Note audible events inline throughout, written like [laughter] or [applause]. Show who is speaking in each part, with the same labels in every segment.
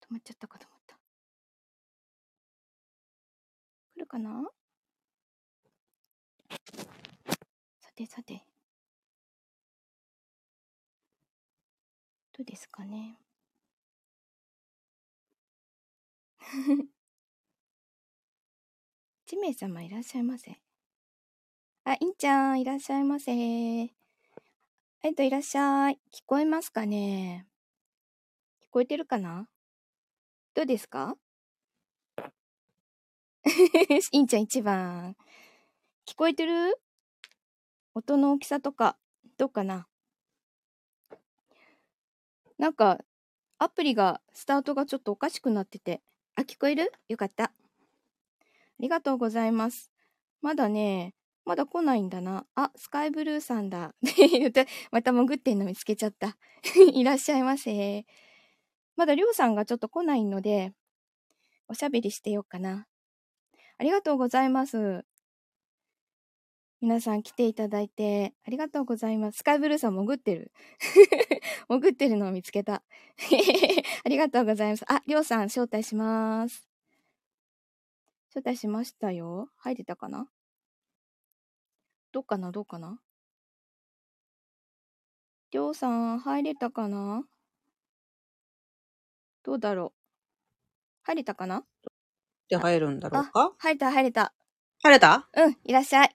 Speaker 1: 止まっちゃったかと思った。来るかなさてさて。どうですかね。1名様いらっしゃいませ。あ、いんちゃん、いらっしゃいませ。えっと、いらっしゃい。聞こえますかね聞こえてるかなどうですか [laughs] いんちゃん一番。聞こえてる音の大きさとか、どうかななんか、アプリが、スタートがちょっとおかしくなってて。あ、聞こえるよかった。ありがとうございます。まだね、まだ来ないんだな。あ、スカイブルーさんだ。って言って、また潜ってんの見つけちゃった。 [laughs] いらっしゃいませ。まだりょうさんがちょっと来ないので、おしゃべりしてようかな。ありがとうございます。皆さん来ていただいて、ありがとうございます。スカイブルーさん潜ってる。 [laughs] 潜ってるのを見つけた。 [laughs] ありがとうございます。あ、りょうさん、招待します。招待しましたよ。入れたかなどうかなどうかなりょうさん、入れたかなどうだろう入れたかな
Speaker 2: で入るんだろうか
Speaker 1: 入れた、入れた。
Speaker 2: 入れた
Speaker 1: うん、いらっしゃい。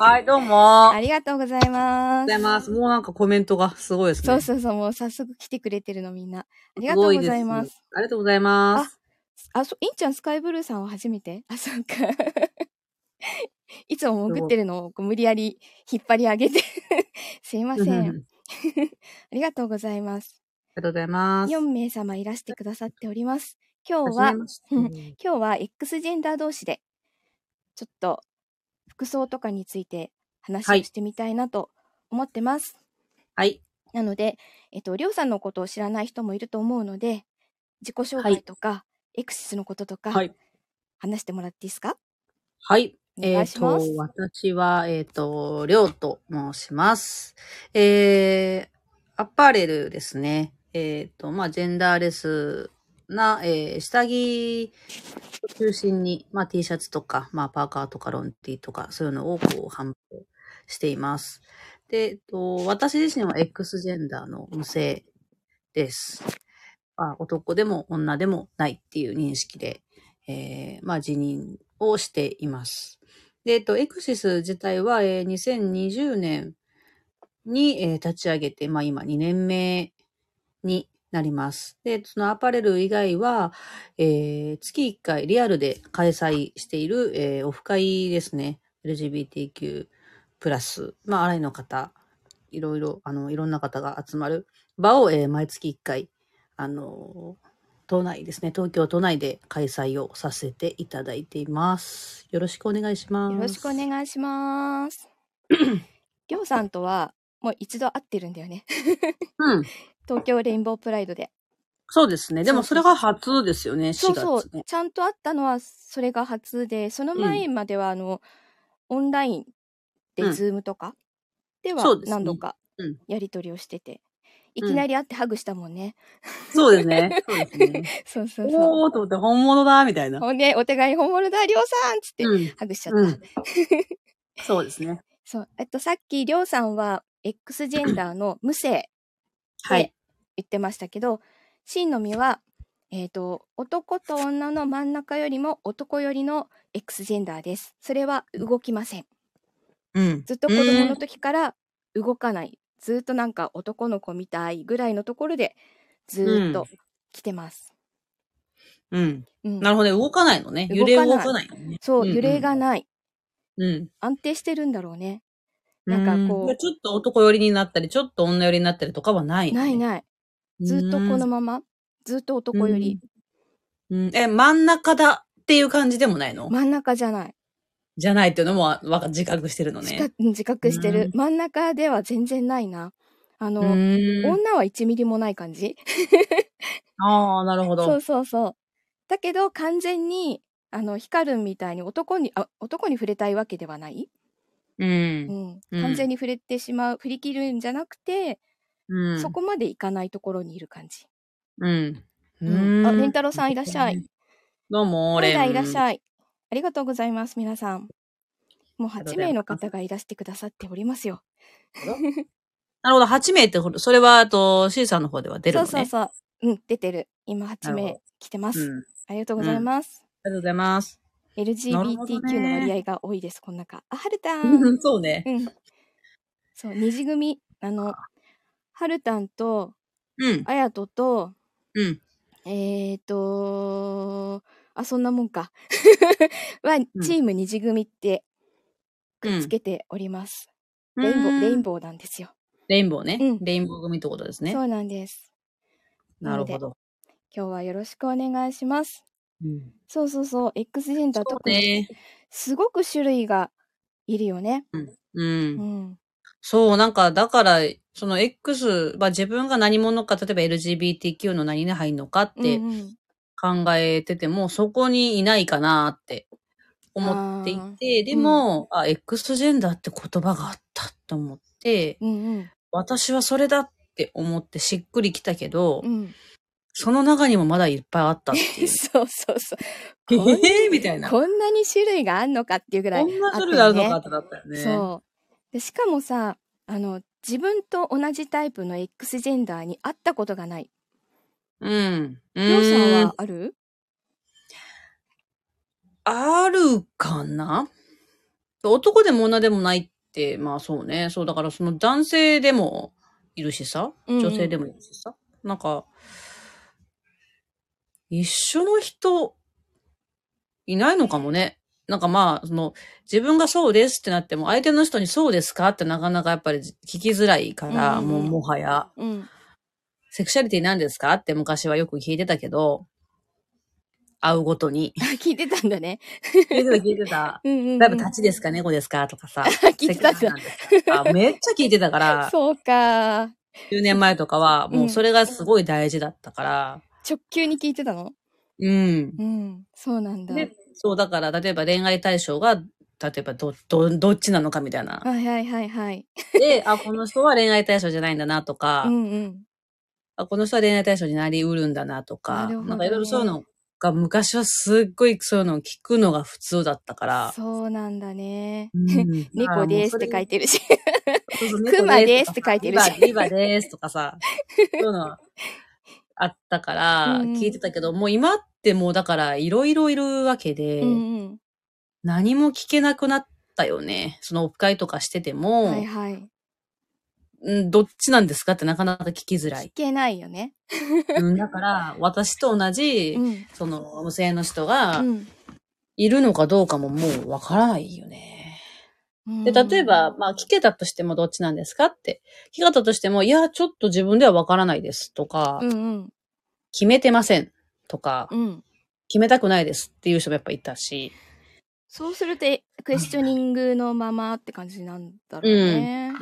Speaker 2: はい、どうも。あ
Speaker 1: あ
Speaker 2: りがとう
Speaker 1: りがとうございます
Speaker 2: ござ。います。もうなんかコメントがすごいですね。
Speaker 1: そうそうそう、もう早速来てくれてるのみんな。ありがとうございます
Speaker 2: ごで。ね。ありがとうございます。
Speaker 1: あ、そう、いんちゃんスカイブルーさんは初めてあ、そうか。 [laughs] いつも潜ってるのをこう無理やり引っ張り上げて。 [laughs] すいませ
Speaker 2: [laughs] あり
Speaker 1: ん。ありがとうございます。
Speaker 2: がとうございます。
Speaker 1: 4名様いらしてくださっております。今日
Speaker 2: は
Speaker 1: は
Speaker 2: じめ、まして
Speaker 1: うん今日は X ジェンダー同士で、ちょっと服装とかについて話
Speaker 2: は
Speaker 1: を
Speaker 2: い
Speaker 1: してみたいなと思ってます。
Speaker 2: [laughs] はい。
Speaker 1: なので、えっと、りょうさんのことを知らない人もいると思うので、自己紹
Speaker 2: は
Speaker 1: 介
Speaker 2: い
Speaker 1: とか、エクシスのこととか、
Speaker 2: はい。
Speaker 1: 話してもらっていいですか
Speaker 2: はい。
Speaker 1: お
Speaker 2: え
Speaker 1: 願
Speaker 2: っ、
Speaker 1: いします。
Speaker 2: と、私は、えっ、と、りょうと申します。えー、アパレルですね。えっ、と、まあ、ジェンダーレスな、えー、下着を中心に、まあ、T シャツとか、まあ、パーカーとかロンティーとか、そういうのをこう、販売しています。で、えっ、と、私自身は X ジェンダーの無性です。まあ、男でも女でもないっていう認識で、えーまあ、辞任をしています。で、えっと、エクシス自体は、えー2020年に、えー立ち上げて、まあ、今2年目になります。で、そのアパレル以外は、えー月1回リアルで開催している、えーオフ会ですね。LGBTQ+、プラス、まあ、あらゆる方、いろいろ、あの、いろんな方が集まる場を、えー毎月1回、あの都内ですね、東京都内で開催をさせていただいています。よろしくお願いします。
Speaker 1: よろしくお
Speaker 2: い。
Speaker 1: 願いし
Speaker 2: [clears throat]
Speaker 1: ます。りょうさんとは、もう一度会ってるんだよね。 [laughs]
Speaker 2: うん、
Speaker 1: 東京レインボープライドで。
Speaker 2: そうですね。でもそれが初ですよね、4
Speaker 1: そう
Speaker 2: 月
Speaker 1: そ
Speaker 2: ね。
Speaker 1: う、ちゃんと会ったのはそれが初で、その前までは、あの、オンライン
Speaker 2: う
Speaker 1: で、
Speaker 2: ん
Speaker 1: ズームとかでは
Speaker 2: そうですね
Speaker 1: 何度か
Speaker 2: うん
Speaker 1: やり取りをしてて、い
Speaker 2: うん
Speaker 1: きなり会ってハグしたもんね。 [laughs]
Speaker 2: そうですね。そうですね。
Speaker 1: そうそうそう。
Speaker 2: おーと思って本物だ、みたいな。
Speaker 1: ほんで、お互い本物だ、りょうさんっつって、
Speaker 2: うん。
Speaker 1: ハグしちゃった。
Speaker 2: うん。そうですね。
Speaker 1: そう。えっと、さっき、りょうさんは、X ジェンダーの無性
Speaker 2: は
Speaker 1: で
Speaker 2: い。
Speaker 1: 言ってましたけど、真の実は、えっ、と、男と女の真ん中よりも男よりの X ジェンダーです。それは動きません。
Speaker 2: うん。
Speaker 1: ずっと子供の時から動かない。ずっとなんか男の子みたいぐらいのところで、ずーっと来てます。
Speaker 2: うん。
Speaker 1: うん。
Speaker 2: なるほどね。動かないのね。揺れ動かないのね。
Speaker 1: そう、
Speaker 2: んん
Speaker 1: 揺れがない。
Speaker 2: うん。
Speaker 1: 安定してるんだろうね。
Speaker 2: う
Speaker 1: なんかこう
Speaker 2: でちょっと男寄りになったり、ちょっと女寄りになったりとかはないの
Speaker 1: な
Speaker 2: ね、
Speaker 1: いない。ずっとこのまま。ずっと男より。
Speaker 2: うん。うんえ、真ん中だっていう感じでもないの、
Speaker 1: 真ん中じゃない。
Speaker 2: じゃないっていうのもわわか自覚してるの
Speaker 1: しか [laughs]
Speaker 2: ね。
Speaker 1: 自覚してる、
Speaker 2: う
Speaker 1: 真ん中では全然ないなあの、
Speaker 2: うーん。
Speaker 1: 女は1ミリもない感じ
Speaker 2: ああ、なるほど。
Speaker 1: そうそうそうだけど完全にあの光るんみたいに男にあ男に触れたいわけではない、
Speaker 2: う。
Speaker 1: うんん、
Speaker 2: うん
Speaker 1: 完全に触れてしまう振り切るんじゃなくて、
Speaker 2: うん。
Speaker 1: そこまでいかないところにいる感じ
Speaker 2: うん。
Speaker 1: うんあ、レンタロウさんいらっしゃい。。
Speaker 2: どうも、
Speaker 1: ま
Speaker 2: レン。
Speaker 1: だいらっし
Speaker 2: い。
Speaker 1: ゃい。ありがとうございます、皆さん。もう
Speaker 2: り
Speaker 1: 8
Speaker 2: がとうござ
Speaker 1: 名
Speaker 2: いま
Speaker 1: の
Speaker 2: す
Speaker 1: 方がいらしてくださっておりますよ。
Speaker 2: なるほど、8名ってほ、それは、あと、C さんの方では出る
Speaker 1: そ
Speaker 2: の
Speaker 1: う
Speaker 2: ね。
Speaker 1: そうそう。うん、出てる。今8
Speaker 2: なる
Speaker 1: 名
Speaker 2: ほ
Speaker 1: 来てます。
Speaker 2: うん。あ
Speaker 1: ありがとうございます。
Speaker 2: りがとうございます。なるほど
Speaker 1: LGBTQ の
Speaker 2: ね
Speaker 1: 割合が多いです、この中。あ、はるた
Speaker 2: [laughs]
Speaker 1: ん。
Speaker 2: うんそうね。
Speaker 1: うん。そう、二次組。あの、はるたんと、
Speaker 2: うん。
Speaker 1: あやとと、
Speaker 2: うん。
Speaker 1: えーと、あ、そんなもんか。 [laughs] は、チーム二次組って
Speaker 2: く
Speaker 1: つけております。レインボー、レインボーなんですよ。
Speaker 2: レインボーね。
Speaker 1: うん
Speaker 2: レインボー組ってことですね
Speaker 1: そ。うなんです。
Speaker 2: なるほど。
Speaker 1: 今日はよろしくお願いします。
Speaker 2: うん。
Speaker 1: そうそうそう、X ジェンダー
Speaker 2: そ
Speaker 1: 特
Speaker 2: う
Speaker 1: に
Speaker 2: ね。
Speaker 1: すごく種類がいるよね。
Speaker 2: う。
Speaker 1: うんん。
Speaker 2: そう、なんか、だから、その X、まあ自分が何者か、例えば LGBTQ の何に入るのかっ
Speaker 1: うんう
Speaker 2: て
Speaker 1: ん、
Speaker 2: 考えてても、そこにいないかなって思っていて、でも、あ、X ジェンダーって言葉があったと思って、
Speaker 1: うんうん。
Speaker 2: 私はそれだって思ってしっくりきたけど、 [laughs]
Speaker 1: うん。
Speaker 2: その中にもまだいっぱいあ [laughs] ったっていう。
Speaker 1: そうそうそう。
Speaker 2: [laughs] え
Speaker 1: こん [laughs]
Speaker 2: ーみたいな。こ
Speaker 1: こんなに種類があんのかっていうぐらいあったよ、ね。
Speaker 2: んな種類あるのかってなったよね。
Speaker 1: そうでしかもさあの自分と同じタイプの X ジェンダーに会ったことがない。
Speaker 2: うん。う
Speaker 1: りょうさん
Speaker 2: ーん
Speaker 1: は。ある
Speaker 2: あるかな男でも女でもないって、まあそうね。そう、だからその男性でもいるしさ、
Speaker 1: うんうん
Speaker 2: 女性でもいるしさ。なんか、一緒の人、いないのかもね。なんかまあ、その、自分がそうですってなっても、相手の人にそうですかってなかなかやっぱり聞きづらいから、
Speaker 1: うんうん
Speaker 2: も
Speaker 1: うん
Speaker 2: うもはや。
Speaker 1: うん。
Speaker 2: セクシャリティなんですかって昔はよく聞いてたけど、会うごとに。
Speaker 1: 聞いてたんだね。
Speaker 2: 聞いてた、聞いて [laughs] た。
Speaker 1: うんうん、うん。
Speaker 2: だいぶ立ちですか、猫ですかとかさ。
Speaker 1: [laughs] 聞いてたん
Speaker 2: セクシャリティ
Speaker 1: だ
Speaker 2: な。んですかあめっちゃ聞いてたか
Speaker 1: [laughs]
Speaker 2: ら、
Speaker 1: そうか。
Speaker 2: 10年前とかは、もうんうそれがすごい大事だったから。
Speaker 1: 直球に聞いてたの
Speaker 2: うん。
Speaker 1: うん。そうなんだ。は
Speaker 2: で
Speaker 1: い、
Speaker 2: そうだから、例えば恋愛対象が、例えばど、ど、どっちなのかみたいな。
Speaker 1: はいはいはい。
Speaker 2: で、あ、この人は恋愛対象じゃないんだなとか、
Speaker 1: うんうん。
Speaker 2: あこの人は恋愛対象になりうるんだなとか、
Speaker 1: なるほどね
Speaker 2: んかいろいろそういうのが、昔はすっごいそういうのを聞くのが普通だったから。
Speaker 1: そうなんだね。 [laughs]
Speaker 2: うん
Speaker 1: 猫ですって書いてるし。
Speaker 2: そうそう
Speaker 1: 熊ですって書いてるし
Speaker 2: リバリバですとかさ、そういうのはあったから、
Speaker 1: うん
Speaker 2: 聞いてたけど、もう今ってもうだからいろいろいるわけで、
Speaker 1: [laughs] うん
Speaker 2: 何も聞けなくなったよね。そのオフ会とかしてて
Speaker 1: う
Speaker 2: も、
Speaker 1: ん。はいはい。
Speaker 2: うんどっちなんですかってなかなか聞きづら
Speaker 1: 聞 [laughs]
Speaker 2: い。
Speaker 1: けないよね。
Speaker 2: うんだから、私と同じ、
Speaker 1: うん。
Speaker 2: その無性の人
Speaker 1: う
Speaker 2: が
Speaker 1: ん
Speaker 2: いるのかどうかももうわからないよね。
Speaker 1: うん。
Speaker 2: で、例えば、まあ、聞けたとしてもどっちなんですかって。聞けたとしても、いや、ちょっと自分ではわからないですとか、
Speaker 1: うんうん。
Speaker 2: 決めてませんとか、
Speaker 1: うん。
Speaker 2: 決めたくないですっていう人もやっぱいたし、
Speaker 1: そうすると、えクエスチョニングのままって感じなんだろうね。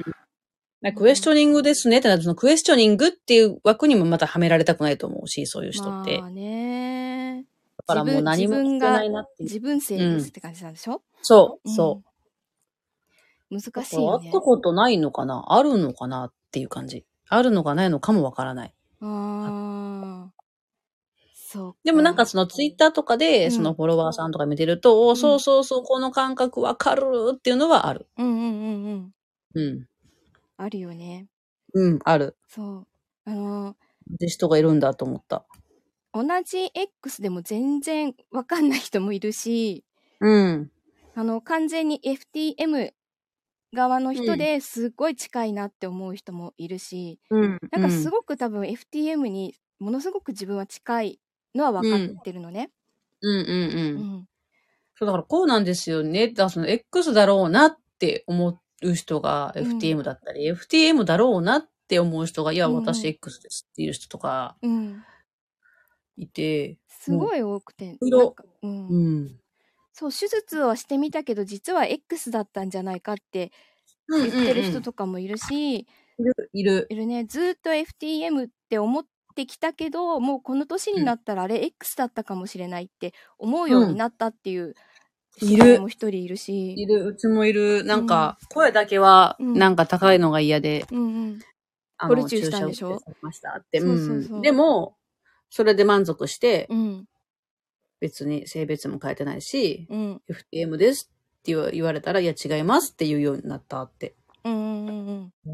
Speaker 2: なんかクエスチョニングですねってなると、そのクエスチョニングっていう枠にもまたはめられたくないと思うし、そういう人って。
Speaker 1: まあね。
Speaker 2: だからもう何も聞けないなっていう。
Speaker 1: 自分性ですって感じなんでしょ、
Speaker 2: そう、
Speaker 1: うん
Speaker 2: そう。
Speaker 1: 難
Speaker 2: だ
Speaker 1: し
Speaker 2: か
Speaker 1: い
Speaker 2: ら
Speaker 1: よ
Speaker 2: 会
Speaker 1: ね
Speaker 2: った。ことないのかなあるのかなっていう感じ。あるのかないのかもわからない。
Speaker 1: ああ。そう。
Speaker 2: でもなんか、そのツイッターとか
Speaker 1: う
Speaker 2: で、
Speaker 1: ん
Speaker 2: そのフォロワーさんとか見てると、おー
Speaker 1: ん
Speaker 2: そうそうそう、この感覚わかるっていうのはある。
Speaker 1: うんうんうんうん。
Speaker 2: うん。
Speaker 1: あるよね。
Speaker 2: うん、ある。
Speaker 1: そう。あの、
Speaker 2: って人がいるんだと思った。
Speaker 1: 同じ X でも全然わかんない人もいるし、
Speaker 2: うん。
Speaker 1: あの、完全に FTM 側の人ですっごい近いなって思う人もいるし、
Speaker 2: うん。
Speaker 1: なんかすごく多分 FTM にものすごく自分は近いのは分かってるのね。
Speaker 2: うんうんう。
Speaker 1: うんん。
Speaker 2: そうだからこうなんですよね。だからその X だろうなって思う人が
Speaker 1: うん
Speaker 2: FTM だったり、FTM だろうなって思う人が、いや、
Speaker 1: うんうん
Speaker 2: 私 X ですっていう人とか
Speaker 1: うん。
Speaker 2: いて、
Speaker 1: すごい多くて。
Speaker 2: 色
Speaker 1: なんかうん
Speaker 2: うん。
Speaker 1: そう、手術はしてみたけど、実は X だったんじゃないかって
Speaker 2: 言
Speaker 1: 言ってる人とかもいるし、
Speaker 2: いる、いる。
Speaker 1: いるね。ずーっと FTM って思ってきたけど、もうこの年になったらあれ X だったかもしれないって思うようになったっていう
Speaker 2: いる
Speaker 1: も一人いるし。
Speaker 2: いる、うちもいる。なんか、声だけは、
Speaker 1: うん
Speaker 2: なんか高いのが嫌で、
Speaker 1: うんうん。
Speaker 2: あ
Speaker 1: フォ
Speaker 2: の
Speaker 1: ルチューしたんでしょ
Speaker 2: 注射を受けされましたって。
Speaker 1: そうそうそう
Speaker 2: うんでも、それで満足して、
Speaker 1: うん。
Speaker 2: 別に性別も変えてないし、
Speaker 1: うん。
Speaker 2: FTM ですって言わ言われたら、いや違いますって言うようになったって。
Speaker 1: うんうんうんうん。
Speaker 2: ああ、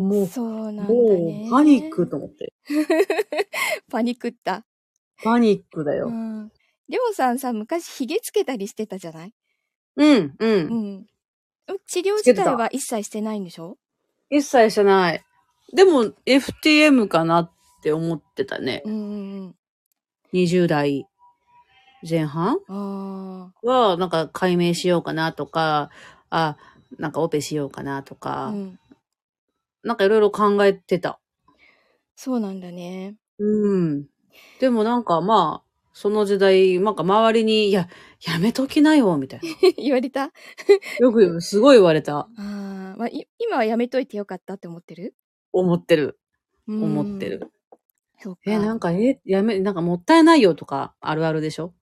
Speaker 2: もう、
Speaker 1: そうなんだね。
Speaker 2: もうパニック。と思って。
Speaker 1: [laughs] パニックった。
Speaker 2: パニックだ
Speaker 1: う
Speaker 2: よ。
Speaker 1: ん。りょうさんさ、昔ヒゲつけたりしてたじゃない
Speaker 2: うん、う。
Speaker 1: うんん。治療
Speaker 2: つけ
Speaker 1: 自
Speaker 2: てた
Speaker 1: 体は一切してないんでしょ
Speaker 2: 一切してない。でも、FTM かなって思ってたね。
Speaker 1: うんうん
Speaker 2: 20代前半
Speaker 1: うん。あ
Speaker 2: は、なんか解明しようかなとか、あ、なんかオペしようかなと
Speaker 1: あ。
Speaker 2: か、
Speaker 1: うん。
Speaker 2: なんかいろいろ考えてた。
Speaker 1: そうなんだね。 [laughs]
Speaker 2: うん。でもなんかまあ、その時代、なんか周りに、いや、やめときなよ、みたいな。
Speaker 1: 言われたあ
Speaker 2: よく、すごい言われた。
Speaker 1: あ。まあ、い今はやめといてよかったって思ってる
Speaker 2: 思ってる。
Speaker 1: うん
Speaker 2: 思ってる。
Speaker 1: そうか。
Speaker 2: え、なんか、え、やめ、なんかもったいないよとか、あるあるでしょ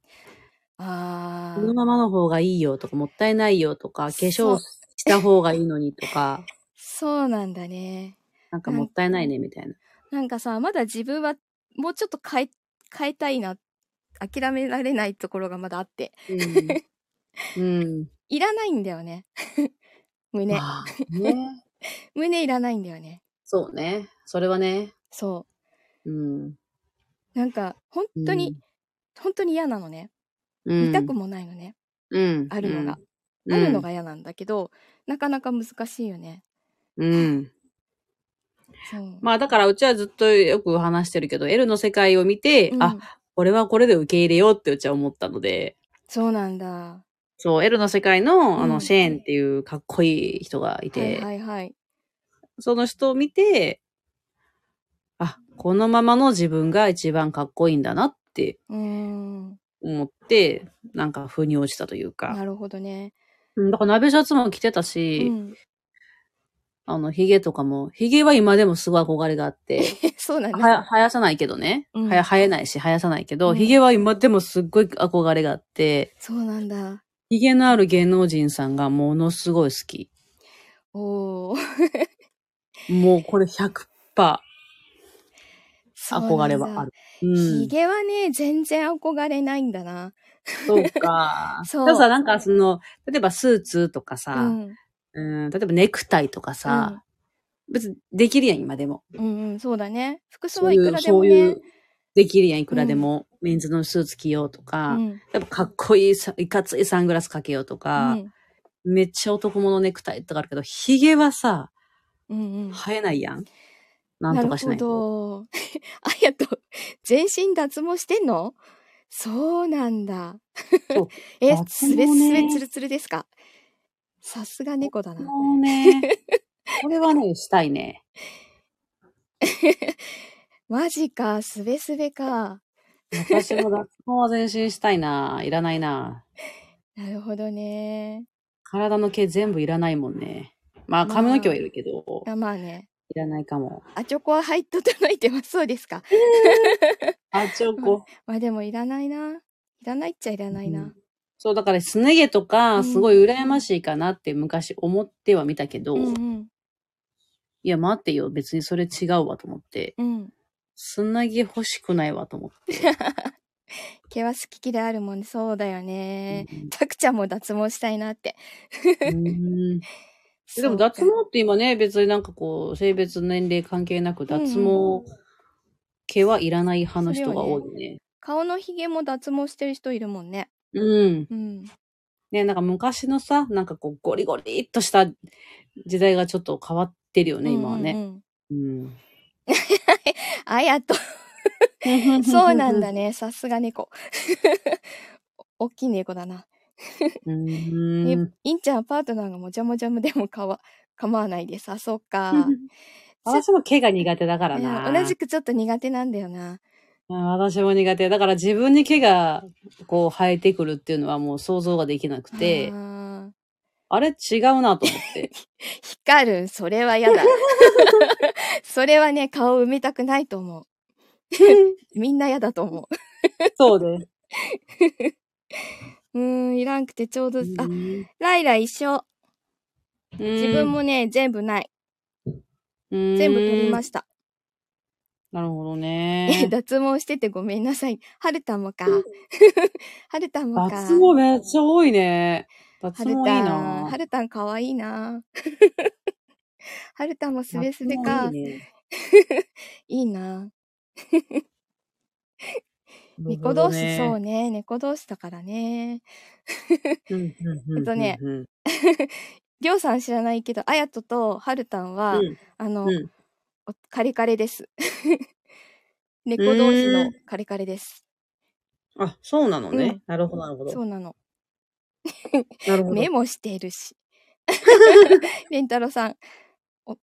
Speaker 1: あ
Speaker 2: この
Speaker 1: あ。
Speaker 2: ままの方がいいよとか、もったいないよとか、化
Speaker 1: そう
Speaker 2: 粧した方がいいのにとか、
Speaker 1: そうなんだね。
Speaker 2: なんかもったいないね、みたいな。
Speaker 1: なんかさ、まだ自分はもうちょっと変え、変えたいな。諦められないところがまだあって。
Speaker 2: [laughs] うん。
Speaker 1: いらないんだよね。 [laughs]
Speaker 2: うん。
Speaker 1: 胸。
Speaker 2: まあ
Speaker 1: [laughs]
Speaker 2: ね。
Speaker 1: 胸いらないんだよね。
Speaker 2: そうね。それはね。
Speaker 1: そ
Speaker 2: うん。
Speaker 1: う。なんか、本当に、本当に嫌なのね。
Speaker 2: うん、
Speaker 1: 見たくもないのね。
Speaker 2: うん、
Speaker 1: あるのが、
Speaker 2: うん、
Speaker 1: あるのが嫌なんだけど、なかなか難しいよね。
Speaker 2: うん。うん。
Speaker 1: そう。
Speaker 2: まあだからうちはずっとよく話してるけど、L の世界を見て、
Speaker 1: うん
Speaker 2: あ、、これはこれで受け入れようってうちは思ったので、
Speaker 1: そうなんだ。
Speaker 2: そう、L の世界の、あ
Speaker 1: うん
Speaker 2: の、シェーンっていうかっこいい人がいて、
Speaker 1: はいはいはい。
Speaker 2: その人を見て、あ、このままの自分が一番かっこいいんだなって
Speaker 1: うーん。
Speaker 2: 思って、なんか腑に落ちたというか。
Speaker 1: なるほどね。
Speaker 2: うんだから鍋シャツも着てた
Speaker 1: う
Speaker 2: し、
Speaker 1: ん、
Speaker 2: あの、髭とかも、髭は今でもすごい憧れが
Speaker 1: [laughs]
Speaker 2: あって、
Speaker 1: そうなん
Speaker 2: はや、
Speaker 1: だ。
Speaker 2: 生やさないけどね。
Speaker 1: うん
Speaker 2: はや、生えないし、生やさないけ
Speaker 1: う
Speaker 2: ど、
Speaker 1: ん
Speaker 2: 髭は今でもすっごい憧れがあって、
Speaker 1: そうなんだ。
Speaker 2: 髭のある芸能人さんがものすごい好き。
Speaker 1: おお。
Speaker 2: もうこれ100%憧れはあ
Speaker 1: る。
Speaker 2: る。うん
Speaker 1: ヒゲはね、全然憧れないんだな。。
Speaker 2: そう
Speaker 1: [laughs]
Speaker 2: か
Speaker 1: そう
Speaker 2: たださ、なんかその、例えばスーツとか
Speaker 1: う
Speaker 2: さ、うん、
Speaker 1: ん。
Speaker 2: 例えばネクタイとかさ、別にできるやん、今でも。
Speaker 1: うんうん、そうだね。服装
Speaker 2: そ
Speaker 1: は
Speaker 2: う
Speaker 1: い
Speaker 2: い
Speaker 1: く
Speaker 2: う、
Speaker 1: らで
Speaker 2: そ
Speaker 1: も
Speaker 2: う
Speaker 1: ね。
Speaker 2: いう、できるやん、いくらでも。メンズのスーツ着ようと
Speaker 1: う
Speaker 2: か、
Speaker 1: ん。
Speaker 2: やっぱかっこいいさ、いかついサングラスかけようと
Speaker 1: う
Speaker 2: か、
Speaker 1: ん。
Speaker 2: めっちゃ男物ネクタイとかあるけど、ヒゲはさ、
Speaker 1: うんうん。
Speaker 2: 生えないやん。なんとかしない
Speaker 1: る
Speaker 2: と。
Speaker 1: ほど。 [laughs] あやと、全身脱毛してんのそうなんだ
Speaker 2: そう。
Speaker 1: [laughs] え、
Speaker 2: 脱
Speaker 1: す
Speaker 2: 毛ね
Speaker 1: べすべつるつるですかさすが猫だな。
Speaker 2: もうね、これはね、したいね。
Speaker 1: マジか、すべすべか。
Speaker 2: 私も脱毛は全身したいな。いらないな。
Speaker 1: なるほどね。
Speaker 2: 体の毛全部いらないもんね。まあ髪の毛はいるけど、
Speaker 1: あまあね、
Speaker 2: いらないかも。
Speaker 1: あちょこは入っとたのいてますそうですか。
Speaker 2: あ、ちょこ。
Speaker 1: まあでもいらないな。いらないっちゃいらないな。
Speaker 2: そう、だからすね毛と
Speaker 1: うん
Speaker 2: か、すごい羨ましいかなって昔思ってはみたけど、
Speaker 1: うんう
Speaker 2: い
Speaker 1: ん。
Speaker 2: や待ってよ、別にそれ違うわと思って。
Speaker 1: うん。
Speaker 2: すなぎ欲しくないわと思って。
Speaker 1: 毛は好き嫌いあるもんね。そうだよね。
Speaker 2: うん
Speaker 1: たくちゃんも脱毛したいなって。 [laughs]
Speaker 2: うんで
Speaker 1: そ
Speaker 2: も
Speaker 1: うか
Speaker 2: 脱毛って今ね、別になんかこう、性別年齢関係なく脱毛毛はいらない派の人が多いね。
Speaker 1: 顔のひげも脱毛してる人いるもんね。
Speaker 2: うん。
Speaker 1: うん。
Speaker 2: ね、なんか昔のさ、なんかこう、ゴリゴリっとした時代がちょっと変わってるよね、今は
Speaker 1: うんう
Speaker 2: ね。
Speaker 1: んうん
Speaker 2: うん。
Speaker 1: あや
Speaker 2: [laughs]
Speaker 1: と、 [laughs] そうなんだ。ね。さすが猫。 [laughs] お大きい猫だな。
Speaker 2: うん。
Speaker 1: え、インちゃんパートナーがもじゃもじゃむでもかわ [laughs] 構わないです。あ、そうか。
Speaker 2: [laughs] 私も毛が苦手だから
Speaker 1: いや
Speaker 2: な。
Speaker 1: 同じくちょっと苦手なんだよな。
Speaker 2: うん私も苦手。だから自分に毛がこう生えてくるっていうのはもう想像ができなくて、
Speaker 1: あー
Speaker 2: あれ違うなと思って。
Speaker 1: 光るん、それは
Speaker 2: [laughs]
Speaker 1: 嫌だ。それはね、顔を埋めたくないと思 [laughs] う。みんな嫌だと思
Speaker 2: そうで
Speaker 1: う。
Speaker 2: [laughs]
Speaker 1: うーん、いらんくてちょうど、
Speaker 2: す。
Speaker 1: あ、ライラ一緒。
Speaker 2: 自
Speaker 1: 自分もね、全部ない。全
Speaker 2: 全
Speaker 1: 部取りま
Speaker 2: し
Speaker 1: した。
Speaker 2: なるほ
Speaker 1: [laughs]
Speaker 2: ど
Speaker 1: え
Speaker 2: ね。
Speaker 1: 脱毛しててごめんなさい。はるたんもか。 [laughs] はるたんもか。
Speaker 2: 脱毛めっちゃ多いね。
Speaker 1: は
Speaker 2: 脱毛い
Speaker 1: る
Speaker 2: い
Speaker 1: たん、
Speaker 2: な。
Speaker 1: はるたんかわいいな。 [laughs] はるたんもすべすべ
Speaker 2: 脱
Speaker 1: か
Speaker 2: 毛。いいね
Speaker 1: いいな。
Speaker 2: な
Speaker 1: 猫
Speaker 2: るほど
Speaker 1: 同士、
Speaker 2: ね
Speaker 1: そうね。猫同士だからね。
Speaker 2: うんうんうんうんうん。
Speaker 1: えっとね
Speaker 2: うん
Speaker 1: りょうさん知らないけど、あやととはるたんは、あの、
Speaker 2: うん
Speaker 1: おカレカレです。 [laughs] 猫同士
Speaker 2: うー
Speaker 1: の
Speaker 2: ん
Speaker 1: カレカレです。
Speaker 2: あ、そうなのね。
Speaker 1: うん
Speaker 2: なるほど、なるほ
Speaker 1: そ
Speaker 2: ど。
Speaker 1: うなの。
Speaker 2: なるほど
Speaker 1: メ。モしてる
Speaker 2: [laughs]
Speaker 1: し。りんたろうさん、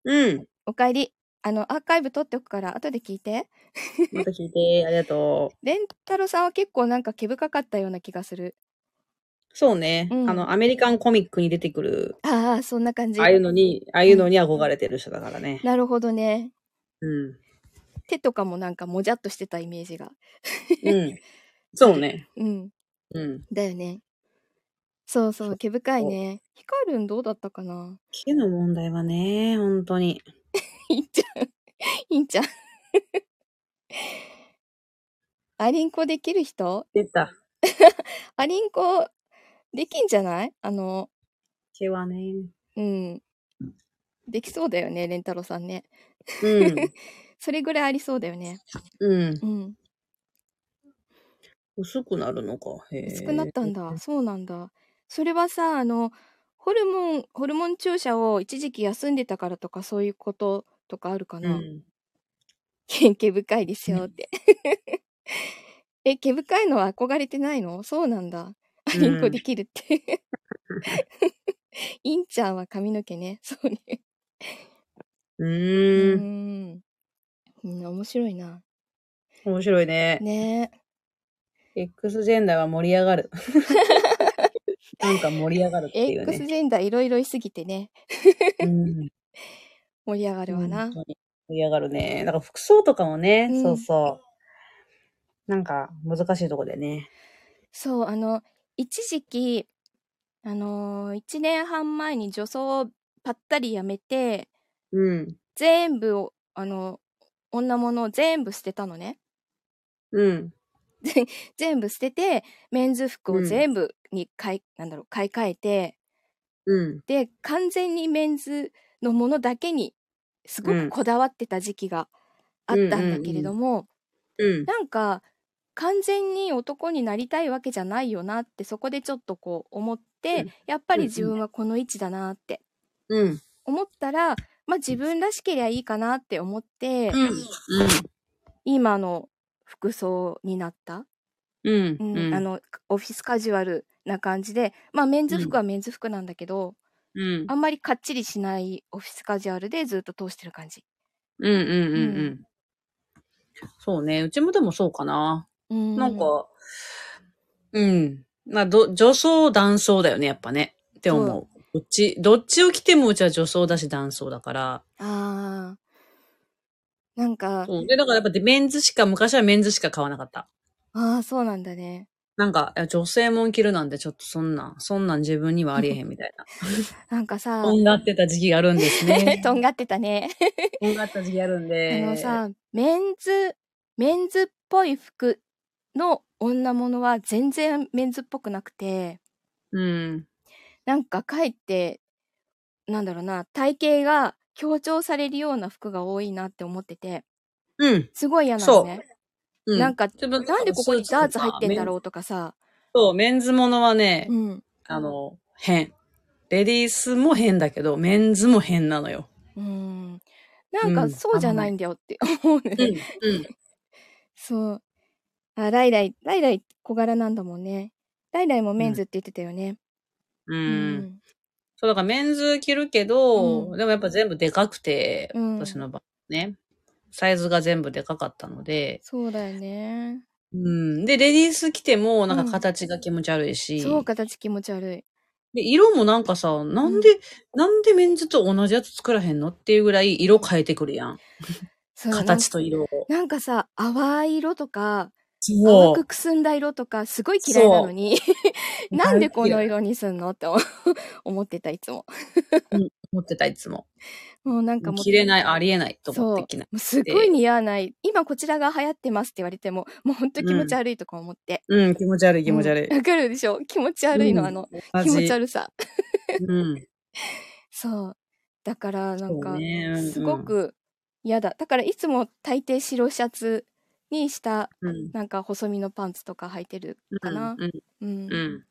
Speaker 2: うん。
Speaker 1: おかえり。あの、アーカイブ取っておくから、後で聞いて。
Speaker 2: また聞いて、ありがとう。
Speaker 1: りんたろうさんは結構なんか毛深かったような気がする。
Speaker 2: そうね。
Speaker 1: うん
Speaker 2: あの、アメリカンコミックに出てくる、
Speaker 1: ああ、そんな感じ。
Speaker 2: ああいうのに、ああいうのに憧れてる人だからね。
Speaker 1: なるほどね。
Speaker 2: うん。
Speaker 1: 手とかもなんかもじゃっとしてたイメージが。
Speaker 2: うん。そうね。
Speaker 1: うん。
Speaker 2: うん。
Speaker 1: だよね。そうそう、毛深いね。ヒカルンどうだったかな [laughs]
Speaker 2: 毛の問題はね、本当に。
Speaker 1: いいんちゃん。 [laughs] いいんちゃん。アリンコできる人
Speaker 2: 出た。
Speaker 1: アリンコできんじゃないあの、
Speaker 2: 毛はね。
Speaker 1: うん。できそうだよね、レンタロウさんね。
Speaker 2: うん。
Speaker 1: それぐらいありそうだよね。
Speaker 2: [laughs] うん。
Speaker 1: うん。
Speaker 2: 薄くなるのか。へー
Speaker 1: 薄くなったんだ、そうなんだそれはさあのホルモンホルモン注射を一時期休んでたからとかそういうこととかあるか
Speaker 2: う
Speaker 1: な、
Speaker 2: ん。
Speaker 1: 毛 [laughs] 毛深いですよって [laughs] え毛深いのは憧れてないのそうなんだあ
Speaker 2: うん
Speaker 1: リンコできるって [laughs] インちゃんは髪の毛ねそうね
Speaker 2: う
Speaker 1: う
Speaker 2: ーん。
Speaker 1: んうん面白いな
Speaker 2: 面白いね。
Speaker 1: ね
Speaker 2: X ジェンダーは盛り上が [laughs] る。なんか盛り上がるっ
Speaker 1: え
Speaker 2: ていうね。
Speaker 1: X ジェンダーいろいろいすぎてね
Speaker 2: うん
Speaker 1: 盛り上がるわな、
Speaker 2: 本当に盛り上がるね。なんか服装とかもね、
Speaker 1: うん
Speaker 2: そうそう。なんか難しいとこでね。
Speaker 1: そうあの一時期あのー、1年半前に女装をぱったりやめて
Speaker 2: うん。
Speaker 1: 全部をあの女物を全部捨てたのね
Speaker 2: うん。
Speaker 1: 全部捨ててメンズ服
Speaker 2: う
Speaker 1: を
Speaker 2: ん
Speaker 1: 全部に買い、なんだろう買い替えて
Speaker 2: うん。
Speaker 1: で完全にメンズのものだけにすご
Speaker 2: うん
Speaker 1: くこだわってた時期があったんだけれども、
Speaker 2: うん。
Speaker 1: [laughs] なんか完全に男になりたいわけじゃないよなってそこでちょっとこう思って、
Speaker 2: うん
Speaker 1: やっぱり自分はこの位置だなって
Speaker 2: うん。
Speaker 1: 思ったら、まあ自分らしけりゃいいかなって思って、
Speaker 2: うん。
Speaker 1: 今の服装になった、
Speaker 2: うん。
Speaker 1: うん
Speaker 2: うん。
Speaker 1: あのオフィスカジュアルな感じでまあメンズ服はメンズ服なんだけど、
Speaker 2: うん。
Speaker 1: あんまりかっちりしないオフィスカジュアルでずっと通してる感じ。
Speaker 2: うん。うん。うん。うん。そうね。うちもでもそうかな。
Speaker 1: うん
Speaker 2: なんか、うん。まあ、ど、女装、男装だよね、やっぱね。って思う。どっち、どっちを着てもうちは女装だし、男装だから。
Speaker 1: あーなんか
Speaker 2: そう。で、だからやっぱでメンズしか、昔はメンズしか買わなかった。
Speaker 1: ああそうなんだね。
Speaker 2: なんか、いや女性もん着るなんてちょっとそんなん、そんなん自分にはありえへんみたい
Speaker 1: なんか
Speaker 2: な。
Speaker 1: さ。
Speaker 2: とんがってた時期があるんですね
Speaker 1: [laughs] とんがってたね。
Speaker 2: とんがった時期あるん
Speaker 1: あ
Speaker 2: で。
Speaker 1: のさ、メンズ、メンズっぽい服の女物は全然メンズっぽくなくて、
Speaker 2: うん。
Speaker 1: なんかかえって、なんだろうな、体型が強調されるような服が多いなって思ってて、
Speaker 2: うん。
Speaker 1: すごい嫌なんですね。
Speaker 2: う
Speaker 1: なんか、
Speaker 2: ちょっと
Speaker 1: なんでここにダーツ入ってんだろ
Speaker 2: う。
Speaker 1: うとかさ、
Speaker 2: そう、メンズものはね、
Speaker 1: うん。
Speaker 2: あの、変。レディースも変だけど、メンズも変なのよ。
Speaker 1: うん。なん
Speaker 2: う
Speaker 1: か
Speaker 2: ん
Speaker 1: そうじゃないんだよって思うね。
Speaker 2: うん。うん。
Speaker 1: そう。あ、ライライ、ライライ小柄なんだもんね。ライライもメンズって言ってたよね。
Speaker 2: う。。
Speaker 1: うん
Speaker 2: そう、だからメンズ着るけど、
Speaker 1: うん
Speaker 2: でもやっぱ全部でかくて、
Speaker 1: うん
Speaker 2: 私の場合ね。サイズが全部でかかったので、
Speaker 1: そうだよね。
Speaker 2: うん。で、レディース着ても、なん
Speaker 1: うん
Speaker 2: か形が気持ち悪いし、
Speaker 1: そう、形気持ち悪い。
Speaker 2: で、色もなんかさ、なんで、なんでメンズと同じやつ作らへんのっていうぐらい色変えてくるやん。
Speaker 1: そう
Speaker 2: 形と色を。
Speaker 1: なんなんかさ、淡い色とか、淡
Speaker 2: そ
Speaker 1: くくすんだ色とか、すごい嫌いなのに、
Speaker 2: う。
Speaker 1: [laughs] なんでこの
Speaker 2: 大嫌い
Speaker 1: 色にすんのって思思ってた、いつも。
Speaker 2: 思ってた、いつも。
Speaker 1: もうなんかもう
Speaker 2: 着れない、ありえないと思って着ない。
Speaker 1: もうすごい似合わない今こちらが流行ってますって言われてももうほんと気持ち悪いとか思って、
Speaker 2: うん、気持ち悪い、気持ち悪い。
Speaker 1: わかるでしょ気持ち悪いの、
Speaker 2: うん
Speaker 1: あの
Speaker 2: マ
Speaker 1: 気
Speaker 2: ジ
Speaker 1: 持ち悪さ
Speaker 2: うん。
Speaker 1: そうだからなん
Speaker 2: そ
Speaker 1: か
Speaker 2: うねうん
Speaker 1: すごく嫌だだからいつも大抵白シャツにした
Speaker 2: うん。
Speaker 1: なんか細身のパンツとか履いてるかな
Speaker 2: うん。
Speaker 1: うん、
Speaker 2: うん。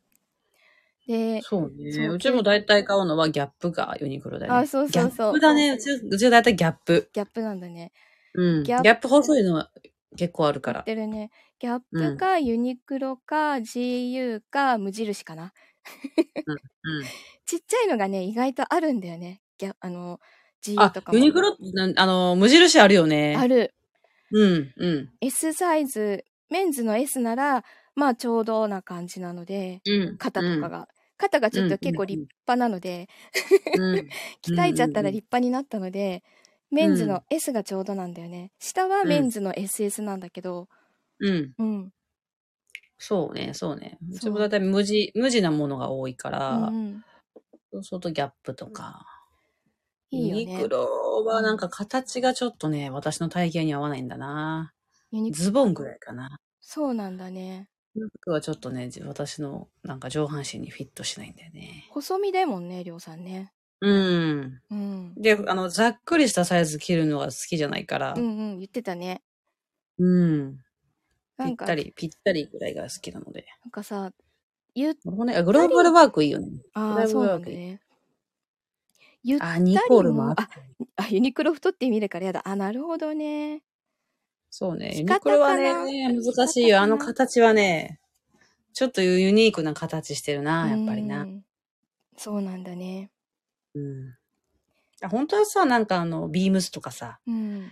Speaker 1: で
Speaker 2: そう
Speaker 1: そ
Speaker 2: ね。
Speaker 1: う
Speaker 2: うちも大体買うのはギャップがユニクロだね。
Speaker 1: あそうそうそう
Speaker 2: ギャップだね。うち、うちは大体ギャップ。
Speaker 1: ギャップなんだね
Speaker 2: うん。
Speaker 1: ギ
Speaker 2: ギ
Speaker 1: ャッ
Speaker 2: ャ
Speaker 1: プ
Speaker 2: ップ細いの結構あるか
Speaker 1: 言っ
Speaker 2: ら。
Speaker 1: てるねギャッ
Speaker 2: う
Speaker 1: プ
Speaker 2: ん
Speaker 1: かユニクロか GU か無印かなちっちゃいのがね意外とあるんだよねギャあの
Speaker 2: うん。
Speaker 1: GU
Speaker 2: あ
Speaker 1: とか、も
Speaker 2: ユニクロ、なんあの、無印あるよね。
Speaker 1: ある
Speaker 2: うん、うん。
Speaker 1: S サイズメンズの S ならまあちょうどな感じなので
Speaker 2: うん。
Speaker 1: 肩とか
Speaker 2: が。
Speaker 1: が、肩がちょっと結構
Speaker 2: うんうん
Speaker 1: 立
Speaker 2: うん
Speaker 1: 派なので、
Speaker 2: うん。
Speaker 1: 鍛えちゃった
Speaker 2: うんうんう
Speaker 1: ら
Speaker 2: ん
Speaker 1: 立派になったので、メンズの S がちょうどなんだよね下はメンズの SS なんだけど
Speaker 2: うん。
Speaker 1: うん、
Speaker 2: そうね、そうね。う
Speaker 1: そ
Speaker 2: ち
Speaker 1: う
Speaker 2: も大体無地、無地なものが多いか
Speaker 1: う
Speaker 2: ら、
Speaker 1: んうん、
Speaker 2: そうするとギャップとか。
Speaker 1: いいよ
Speaker 2: ユニク
Speaker 1: ね
Speaker 2: ロはなんか形がちょっとね、私の体型に合わないんだな。
Speaker 1: ユニクロ
Speaker 2: ズボンぐらいかな。
Speaker 1: そうなんだね
Speaker 2: 服はちょっとね、じ私のなんか上半身にフィットしないんだよね。
Speaker 1: 細身だもんねりょうさんね、
Speaker 2: うん。
Speaker 1: うん、
Speaker 2: で、あの、ざっくりしたサイズ着るのが好きじゃないから
Speaker 1: う、んうん言ってたね
Speaker 2: うん。
Speaker 1: な
Speaker 2: ぴ
Speaker 1: ん
Speaker 2: っ
Speaker 1: か
Speaker 2: たり、ぴったりぐらいが好きなので。
Speaker 1: なんかさゆ
Speaker 2: ね、あグローバルワークいいよね。
Speaker 1: あ
Speaker 2: だい
Speaker 1: あ
Speaker 2: ぶ
Speaker 1: そうなんだ
Speaker 2: 長い
Speaker 1: ねゆ
Speaker 2: あ、ニコールもあ
Speaker 1: ああユニクロ太って見るからやだあなるほどね
Speaker 2: そうね。
Speaker 1: 仕
Speaker 2: ユニ
Speaker 1: 方
Speaker 2: クロは
Speaker 1: かな
Speaker 2: ね、難しい
Speaker 1: 仕方か
Speaker 2: よ。
Speaker 1: な
Speaker 2: あの形はね、ちょっとユニークな形してるな、やっぱり
Speaker 1: う
Speaker 2: な。
Speaker 1: んそうなんだね
Speaker 2: うん。あ本当はさ、なんかあの、ビームスとかさ、
Speaker 1: うん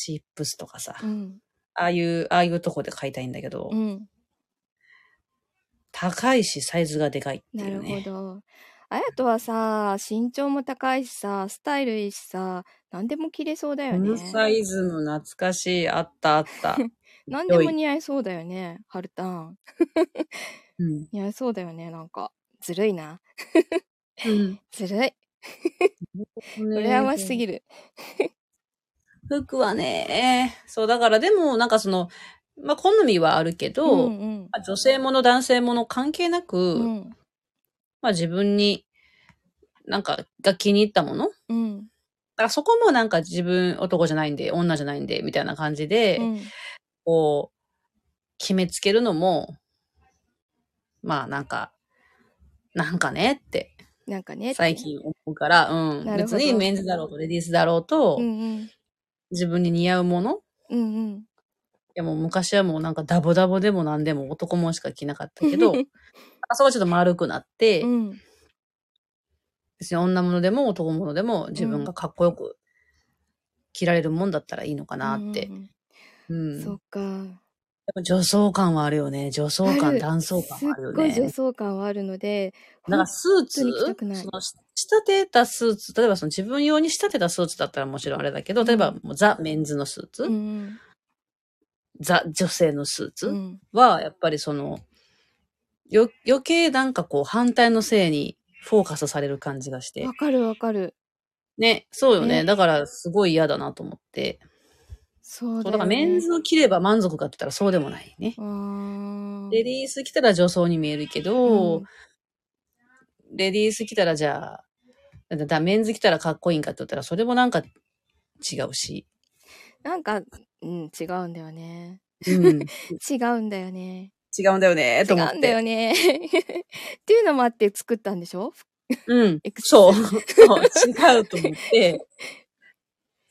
Speaker 2: シップスとかさ、
Speaker 1: う
Speaker 2: あ
Speaker 1: ん
Speaker 2: あいう、ああいうとこで買いたいんだけど、
Speaker 1: うん
Speaker 2: 高いしサイズがでかいって
Speaker 1: な
Speaker 2: いう
Speaker 1: るほ
Speaker 2: ね。
Speaker 1: どあやとはさ身長も高いしさスタイルいいしさ何でも着れそうだ
Speaker 2: こ
Speaker 1: よ
Speaker 2: の
Speaker 1: ね
Speaker 2: サイズの懐かしい、あった
Speaker 1: [laughs]
Speaker 2: あった。
Speaker 1: 何でも
Speaker 2: 良い
Speaker 1: 似合いそうだよねハルタン
Speaker 2: うん。
Speaker 1: 似合いそうだよねなんかずるいな
Speaker 2: うん。
Speaker 1: ずるい羨ましすぎる
Speaker 2: 服はね、そう、だからでも、なんかその、まあ、好みはあるけど、
Speaker 1: んうん
Speaker 2: まあ女性もの男性もの関係なく、
Speaker 1: うん
Speaker 2: まあ自分に、なんか、が気に入ったものだ
Speaker 1: うん
Speaker 2: からそこもなんか自分男じゃないんで、女じゃないんで、みたいな感じで、
Speaker 1: うん
Speaker 2: こう、決めつけるのも、まあなんか、なんかねって、
Speaker 1: なんかね
Speaker 2: 最近思うから、うん。
Speaker 1: なるほど
Speaker 2: 別にメンズだろうとレディースだろうと、
Speaker 1: うんうん
Speaker 2: 自分に似合うもの
Speaker 1: うんうん
Speaker 2: でもう昔はもうなんかダボダボでも何でも男もしか着なかったけ
Speaker 1: [laughs]
Speaker 2: ど、あそこはちょっと丸くなって、
Speaker 1: うん
Speaker 2: 別に女物でも男物でも自分がかっこよく着られるもんだったらいいのかなって
Speaker 1: うん。うん
Speaker 2: うん
Speaker 1: うんそ
Speaker 2: やっ
Speaker 1: うか
Speaker 2: ぱ女装感はあるよね。女装
Speaker 1: あ
Speaker 2: 感、
Speaker 1: る
Speaker 2: 男装感
Speaker 1: す
Speaker 2: は
Speaker 1: っ
Speaker 2: あるよ
Speaker 1: ごい女
Speaker 2: ね。
Speaker 1: 装感はあるので、
Speaker 2: なんかスーツ
Speaker 1: 本当に着たくない
Speaker 2: その仕立てたスーツ、例えばその自分用に仕立てたスーツだったらもちろんあれだけど、例えばもうザ・メンズのスーツ、
Speaker 1: うん
Speaker 2: ザ・女性のスー
Speaker 1: うん
Speaker 2: ツ、
Speaker 1: うん、
Speaker 2: は、やっぱりその、よ、余計なんかこう反対の性にフォーカスされる感じがして
Speaker 1: わ。かるわかる。
Speaker 2: ね、そうよね。
Speaker 1: ね
Speaker 2: だからすごい嫌だなと思って。
Speaker 1: そう
Speaker 2: そ
Speaker 1: だ
Speaker 2: う、
Speaker 1: よ、ね。
Speaker 2: だからメンズを着れば満足かって言ったらそうでもないね。
Speaker 1: うーん。
Speaker 2: レディース着たら女装に見えるけ
Speaker 1: う
Speaker 2: ど、
Speaker 1: ん
Speaker 2: レディース着たらじゃあ、だだだメンズ着たらかっこいいんかって言ったらそれもなんか違うし。
Speaker 1: なんか、うん、違うんだよね。
Speaker 2: うん。
Speaker 1: 違うんだよね。
Speaker 2: 違うんだよね、
Speaker 1: 違
Speaker 2: と思っ
Speaker 1: うんだよ
Speaker 2: て。
Speaker 1: ね。 [laughs] っていうのもあって作ったんでしょ
Speaker 2: うん
Speaker 1: エクス
Speaker 2: そう。そう違うと思
Speaker 1: [laughs]
Speaker 2: って。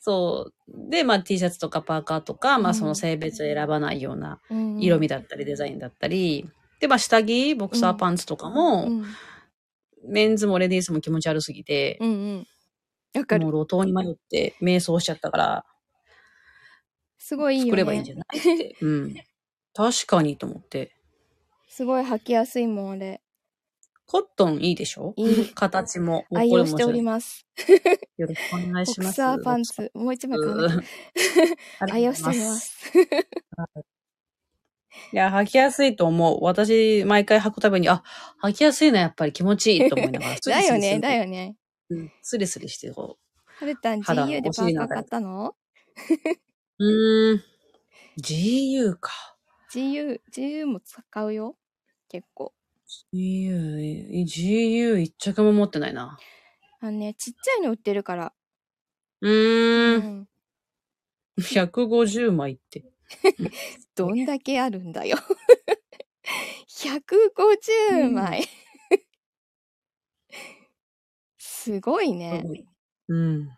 Speaker 2: そう。で、まあ T シャツとかパーカーとか、ま
Speaker 1: う
Speaker 2: あ
Speaker 1: ん
Speaker 2: その性別を選ばないような
Speaker 1: うんうん
Speaker 2: 色味だったりデザインだったり、で、まあ下着、ボクサーパンツとかも、
Speaker 1: うん
Speaker 2: メンズもレディースも気持ち悪すぎて
Speaker 1: う、んうん。わか
Speaker 2: も
Speaker 1: る。
Speaker 2: う路頭に迷って迷走しちゃったから、
Speaker 1: すごいいいよね。
Speaker 2: 作ればいいんじゃな
Speaker 1: [laughs]
Speaker 2: いって。うん。確かにと思って。
Speaker 1: すごい履きやすいもん、あれ。
Speaker 2: コットンいいでしょ
Speaker 1: いい
Speaker 2: 形も。もう
Speaker 1: 愛
Speaker 2: これ
Speaker 1: 用
Speaker 2: も
Speaker 1: しております。
Speaker 2: よろしくお願い
Speaker 1: ボ
Speaker 2: し
Speaker 1: ク
Speaker 2: ます。
Speaker 1: サーパンツ。もう一枚買わなきゃ [laughs]
Speaker 2: うん。あり
Speaker 1: 愛
Speaker 2: が
Speaker 1: 用
Speaker 2: とう
Speaker 1: し
Speaker 2: ご
Speaker 1: てお
Speaker 2: ざい
Speaker 1: り
Speaker 2: ま。
Speaker 1: ます
Speaker 2: [laughs]
Speaker 1: す。
Speaker 2: いや、履きやすいと思う。
Speaker 1: [laughs]
Speaker 2: 私、毎回履くたびに、あ、履きやすいな、やっぱり気持ちいいと思いながら。
Speaker 1: だよね、だよね。
Speaker 2: うん、スリスリしてこ
Speaker 1: はるたん
Speaker 2: 肌
Speaker 1: GU でパ
Speaker 2: お尻
Speaker 1: ー
Speaker 2: の
Speaker 1: カ
Speaker 2: あ
Speaker 1: ー買った
Speaker 2: たり
Speaker 1: の
Speaker 2: う。うーん。GU か。
Speaker 1: ?GU、GU も使うよ。結構。
Speaker 2: GU、GU 一着も持ってないな。
Speaker 1: あのね、ちっちゃいの売ってるから。
Speaker 2: うー。
Speaker 1: うんん。
Speaker 2: 150枚って。
Speaker 1: どんだけあるんだよ。150枚。すごいね。
Speaker 2: うん。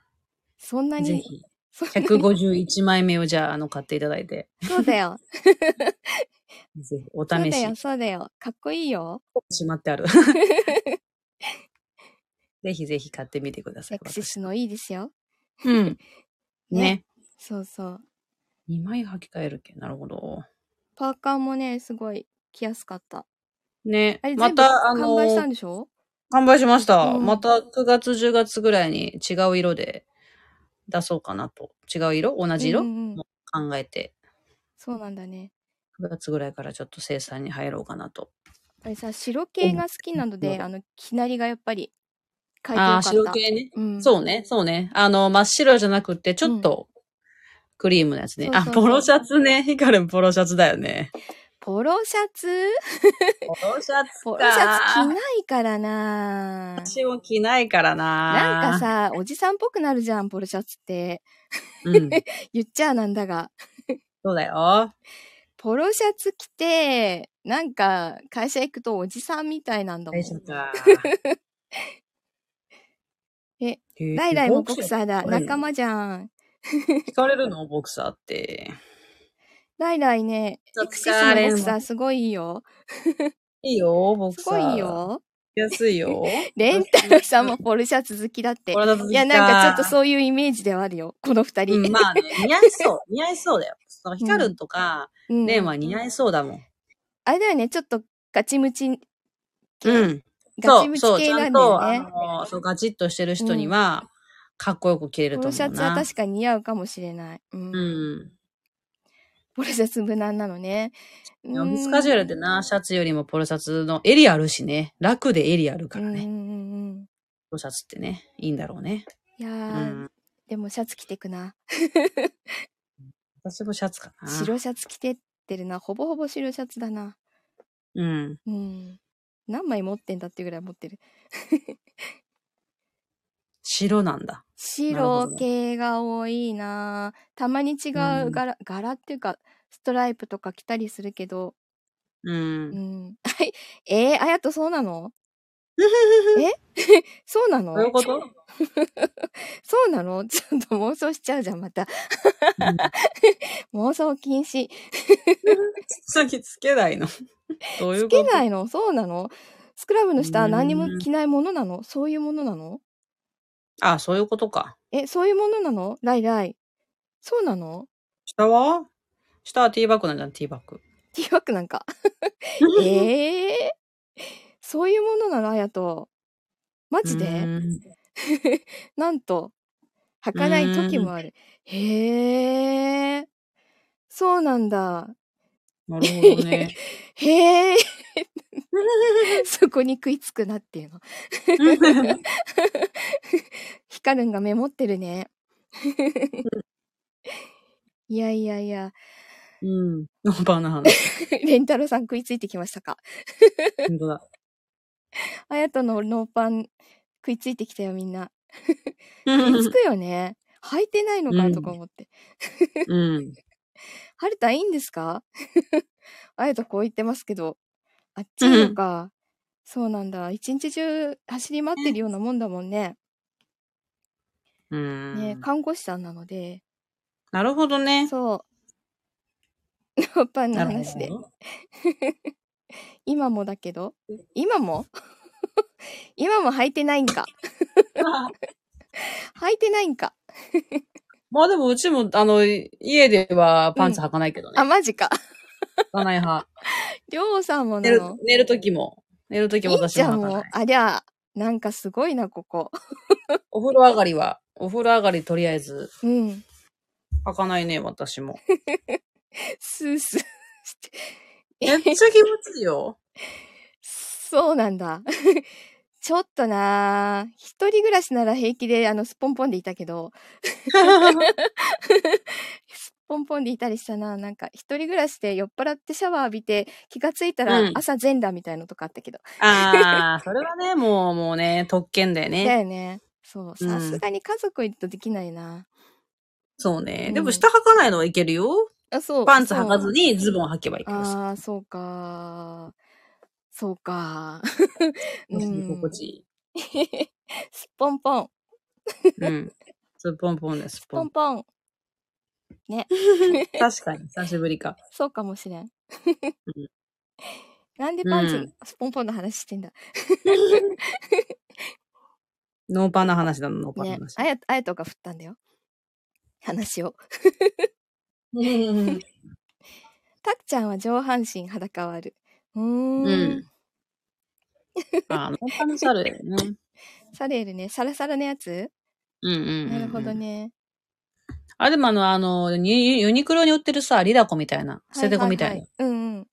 Speaker 1: そんな
Speaker 2: ぜ
Speaker 1: に。
Speaker 2: ひ。
Speaker 1: そんなに
Speaker 2: 151枚目をじゃあ、あの、買っていただいて。
Speaker 1: そうだよ。
Speaker 2: ぜひ、お
Speaker 1: そう
Speaker 2: 試
Speaker 1: だ
Speaker 2: し
Speaker 1: よ、。そうだよ。かっこいいよ。
Speaker 2: し
Speaker 1: [laughs]
Speaker 2: まってある。ぜひぜひ買ってみてくださ
Speaker 1: セ
Speaker 2: い。
Speaker 1: クシスのいいですよ。
Speaker 2: うん。
Speaker 1: [laughs] ね
Speaker 2: ね。
Speaker 1: そうそう。
Speaker 2: 2枚履き替えるけ。なるほど。
Speaker 1: パーカーもね、すごい着やすかった。
Speaker 2: ね
Speaker 1: あれ、。
Speaker 2: ま
Speaker 1: 全部
Speaker 2: た、あの
Speaker 1: 完、売したんでしょ
Speaker 2: 完売しました。
Speaker 1: うん
Speaker 2: また9月、10月ぐらいに違う色で出そうかなと。違う色同じ色、
Speaker 1: うんうんうん
Speaker 2: 考えて、
Speaker 1: そうなんだね。
Speaker 2: 9月ぐらいからちょっと生産に入ろうかなと。
Speaker 1: あれさ、白系が好きなの
Speaker 2: 思っ
Speaker 1: で、
Speaker 2: て
Speaker 1: あの、きなりがやっぱり、書いてよ
Speaker 2: あ
Speaker 1: か
Speaker 2: あ、
Speaker 1: った。
Speaker 2: 白系ね。
Speaker 1: うん、う。
Speaker 2: そうね、そうね。あの、真っ白じゃなくて、ちょっと、クリームのやつね。
Speaker 1: そうそう
Speaker 2: あ、
Speaker 1: そう
Speaker 2: ポロシャツね。ヒカルンポロシャツだよね。
Speaker 1: ポロシャツ
Speaker 2: ポロシャツ
Speaker 1: ポロシャツ着ないからな
Speaker 2: 私も着ないからな。
Speaker 1: なんか、さ、おじさんっぽくなるじゃん、ポロシャツって。
Speaker 2: うん、
Speaker 1: 言っちゃなんだが。
Speaker 2: そうだよ。
Speaker 1: ポロシャツ着て、なんか、会社行くとおじさんみたいなんだもん
Speaker 2: 会。社か。
Speaker 1: [laughs] え
Speaker 2: へー、
Speaker 1: ライライもボクサーだ。
Speaker 2: ボクサ
Speaker 1: 仲間じゃん。
Speaker 2: 聞かれるのボクサーって。
Speaker 1: ライライね、
Speaker 2: ちょっ
Speaker 1: エ
Speaker 2: と
Speaker 1: クシスの
Speaker 2: 疲れ
Speaker 1: ボ
Speaker 2: んわ
Speaker 1: クサーすごいいいよ。
Speaker 2: いいよ、ボク
Speaker 1: す
Speaker 2: サ
Speaker 1: ご
Speaker 2: ー。
Speaker 1: いよ。
Speaker 2: 安いよ。
Speaker 1: [laughs] レンタル
Speaker 2: [laughs]
Speaker 1: さんもポルシャツ好きだって。
Speaker 2: 体続
Speaker 1: い
Speaker 2: きか
Speaker 1: や、なんかちょっとそういうイメージではあるよ。この二
Speaker 2: うん
Speaker 1: 人。
Speaker 2: まあね、似合い
Speaker 1: [laughs]
Speaker 2: そう。似合いそうだよ。そのヒカルンとか、
Speaker 1: うん
Speaker 2: レンは似合いそうだもん。
Speaker 1: あれだよね、ちょっとガチムチ、
Speaker 2: うん。
Speaker 1: ガチ
Speaker 2: そう、
Speaker 1: ムチ
Speaker 2: そう、ち
Speaker 1: 系
Speaker 2: ゃ
Speaker 1: なん
Speaker 2: ん
Speaker 1: だ
Speaker 2: と、
Speaker 1: よ
Speaker 2: あ
Speaker 1: ね。
Speaker 2: の、そう、ガチッとしてる人には、かっこよく着れる
Speaker 1: ポロ
Speaker 2: と思う
Speaker 1: シャ
Speaker 2: な。
Speaker 1: ツは確かに似合うかもしれない。うん。
Speaker 2: うん。
Speaker 1: ポロシャツ無難なのね。
Speaker 2: いやオフィスカジュアルってな、シャツよりもポロシャツの襟あるしね。楽で襟あるからね。
Speaker 1: う
Speaker 2: ポ
Speaker 1: んうんうんうん。
Speaker 2: ロシャツってね、いいんだろうね。
Speaker 1: いや
Speaker 2: う
Speaker 1: ー、
Speaker 2: ん。
Speaker 1: でもシャツ着てくな。
Speaker 2: 私もシャツかな。
Speaker 1: 白シャツ着てってるな。ほぼほぼ白シャツだな。
Speaker 2: うん。
Speaker 1: うん。何枚持ってんだっていうぐらい持ってる。
Speaker 2: 白なんだ。なるほど
Speaker 1: 白
Speaker 2: ね
Speaker 1: 系が多いなたまに違う
Speaker 2: うん
Speaker 1: 柄、柄っていうか、ストライプとか着たりするけど、
Speaker 2: う。
Speaker 1: うんん。 [laughs] はい。えー、あやとそうな
Speaker 2: [laughs]
Speaker 1: の [laughs] そうなの
Speaker 2: どうい
Speaker 1: [laughs]
Speaker 2: うこと
Speaker 1: そうなの [laughs] ちょっと妄想しちゃうじゃん、また。
Speaker 2: うん [laughs]
Speaker 1: 妄想禁止。
Speaker 2: 先つけないの。どういう
Speaker 1: つ
Speaker 2: こと
Speaker 1: けないのそうなのスクラブの下は何にも
Speaker 2: うん
Speaker 1: 着ないものなのそういうものなの
Speaker 2: あ、そういうことか。
Speaker 1: え、そういうものなのライライ。そうなの
Speaker 2: 下は下はティーバッグなんじゃん、ティーバッグ。
Speaker 1: ティーバッグなん
Speaker 2: [laughs]
Speaker 1: か。ええそういうものなのあやと。マジ
Speaker 2: う
Speaker 1: で
Speaker 2: ん
Speaker 1: なんと、履かない時もある。へえ。そうなんだ。
Speaker 2: なるほ
Speaker 1: [laughs]
Speaker 2: どね。 [laughs]
Speaker 1: へえ。そこに食いつくなっていうの。ヒカルンがメモってるね。いやいやいや、
Speaker 2: うん。ノーパーな話。
Speaker 1: レンタロウさん食いついてきましたか。
Speaker 2: 本当だ。
Speaker 1: あやとのノーパン食いついてきたよみんな。食いつくよね。履いてないのかとか思って。
Speaker 2: うん。
Speaker 1: はるたいいんですか [laughs] あやとこう言ってますけど。あっちいのか。そうなんだ。一日中走り回ってるようなもんだもんね。
Speaker 2: うん。
Speaker 1: ね看護師さんなので。
Speaker 2: なるほどね。
Speaker 1: そう。 [laughs] ノーパンの
Speaker 2: なるほ
Speaker 1: 話
Speaker 2: ど
Speaker 1: で。今もだけど今も [laughs] 今も履いてないんか履いてないんか
Speaker 2: まあでもうちも、あの、家ではパンツ履かないけどね。
Speaker 1: あマジか [laughs]
Speaker 2: 履かない派。
Speaker 1: りょうさんも
Speaker 2: 寝
Speaker 1: な
Speaker 2: る
Speaker 1: の、
Speaker 2: 寝る時も。寝る時も
Speaker 1: いい
Speaker 2: 私
Speaker 1: じゃん
Speaker 2: も履か
Speaker 1: もう
Speaker 2: ない。
Speaker 1: ありゃなんかすごいなここ
Speaker 2: お風呂上がりは、お風呂上がりとりあえず
Speaker 1: うん
Speaker 2: 履かないね、私も。
Speaker 1: スースー [laughs] して
Speaker 2: めっちゃ気持ちいいよ。
Speaker 1: そうなんだ [laughs] ちょっとなー一人暮らしなら平気で、あの、すっぽんぽんでいたけど、すっぽんぽんでいたりしたな。なんか、一人暮らしで酔っ払ってシャワー浴びて、気がついた
Speaker 2: う
Speaker 1: ら
Speaker 2: ん
Speaker 1: 朝全裸みたいのとかあったけど。
Speaker 2: ああ、それはね、もう、もうね、特権だよ
Speaker 1: だ
Speaker 2: ね。
Speaker 1: よね。そう。
Speaker 2: うん
Speaker 1: さすがに家族いるとできないな。
Speaker 2: そうね
Speaker 1: う。ん
Speaker 2: でも、下履かないのはいけるよ。
Speaker 1: あ、そう。
Speaker 2: パンツ履かず
Speaker 1: に。
Speaker 2: にズボン履けばいいからさ。
Speaker 1: ああ、そうか。そう
Speaker 2: [laughs]
Speaker 1: か。うん
Speaker 2: 心地いい。
Speaker 1: [laughs] すっぽんぽん。
Speaker 2: うん。そう、ポンポンです。ポ
Speaker 1: ポン
Speaker 2: ン。
Speaker 1: ポン。
Speaker 2: 確かに、久しぶりか。
Speaker 1: そうかもしれん。 [laughs] なんでパンツ、
Speaker 2: うん
Speaker 1: スポンポンの話してんだ。
Speaker 2: ノーパンの話だな、ノーパンの
Speaker 1: ね
Speaker 2: 話。
Speaker 1: あや、あやとが振ったんだよ。話を。
Speaker 2: うん
Speaker 1: たっちゃんは上半身裸はある。うーん。
Speaker 2: うん。あー、ノーパンのシャルだよ
Speaker 1: [laughs]
Speaker 2: ね。
Speaker 1: サレールね。サラサラのやつ、
Speaker 2: うんうんうんうん。
Speaker 1: なるほどね。
Speaker 2: あ、でもあの、あの、ユユニクロに売ってるさ、リラコみたいな、セテコみたいな。
Speaker 1: はははうんうん。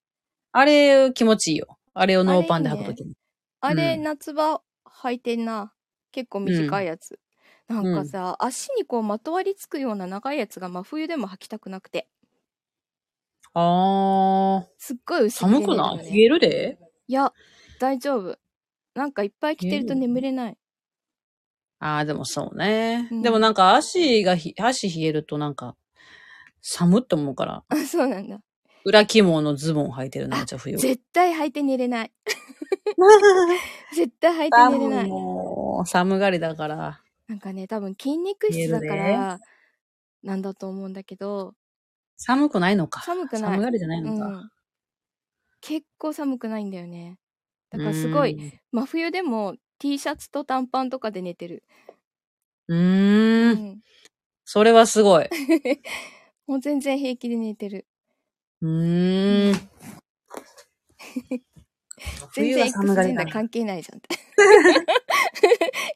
Speaker 2: あれ、気持ちいいよ。あれをノーパンで履くときに。
Speaker 1: あれ、
Speaker 2: うん
Speaker 1: 夏場履いてんな。結構短いやつ。なんかさ、足にこうまとわりつくような長いやつが真冬でも履きたくなくて。
Speaker 2: あー、
Speaker 1: すっごい薄着で
Speaker 2: 寒
Speaker 1: 寝
Speaker 2: く
Speaker 1: るの
Speaker 2: ない
Speaker 1: ね
Speaker 2: 冷えるで
Speaker 1: いや、大丈夫。なんかいっぱい着てると眠れない。
Speaker 2: あー、でもそうね。
Speaker 1: うん
Speaker 2: でもなんか足がひ、足冷えるとなんか、寒って思うから、
Speaker 1: あ、そうなんだ。
Speaker 2: 裏肝のズボン履いてるな、じゃあ冬。 [laughs]
Speaker 1: 絶対履いて寝れない。絶対履い
Speaker 2: あ
Speaker 1: て寝れ
Speaker 2: ー
Speaker 1: ない。
Speaker 2: もう、寒がりだから。
Speaker 1: なんかね、多分筋肉質だか
Speaker 2: 寝る
Speaker 1: ら、なんだと思うんだけど、
Speaker 2: 寒くないのか。
Speaker 1: 寒くない
Speaker 2: 寒がりじゃないの
Speaker 1: う
Speaker 2: か。
Speaker 1: ん。結構寒くないんだよね。だからすごい、真冬でも T シャツと短パンとかで寝てる。
Speaker 2: うーん。う
Speaker 1: う
Speaker 2: ーん。
Speaker 1: ん。
Speaker 2: それはすごい。
Speaker 1: もう全然平気で寝てる。
Speaker 2: うーん。
Speaker 1: 全然 X
Speaker 2: [laughs] 冬は寒がり
Speaker 1: ジ
Speaker 2: だ
Speaker 1: だ
Speaker 2: ね
Speaker 1: 関係ないじゃんって。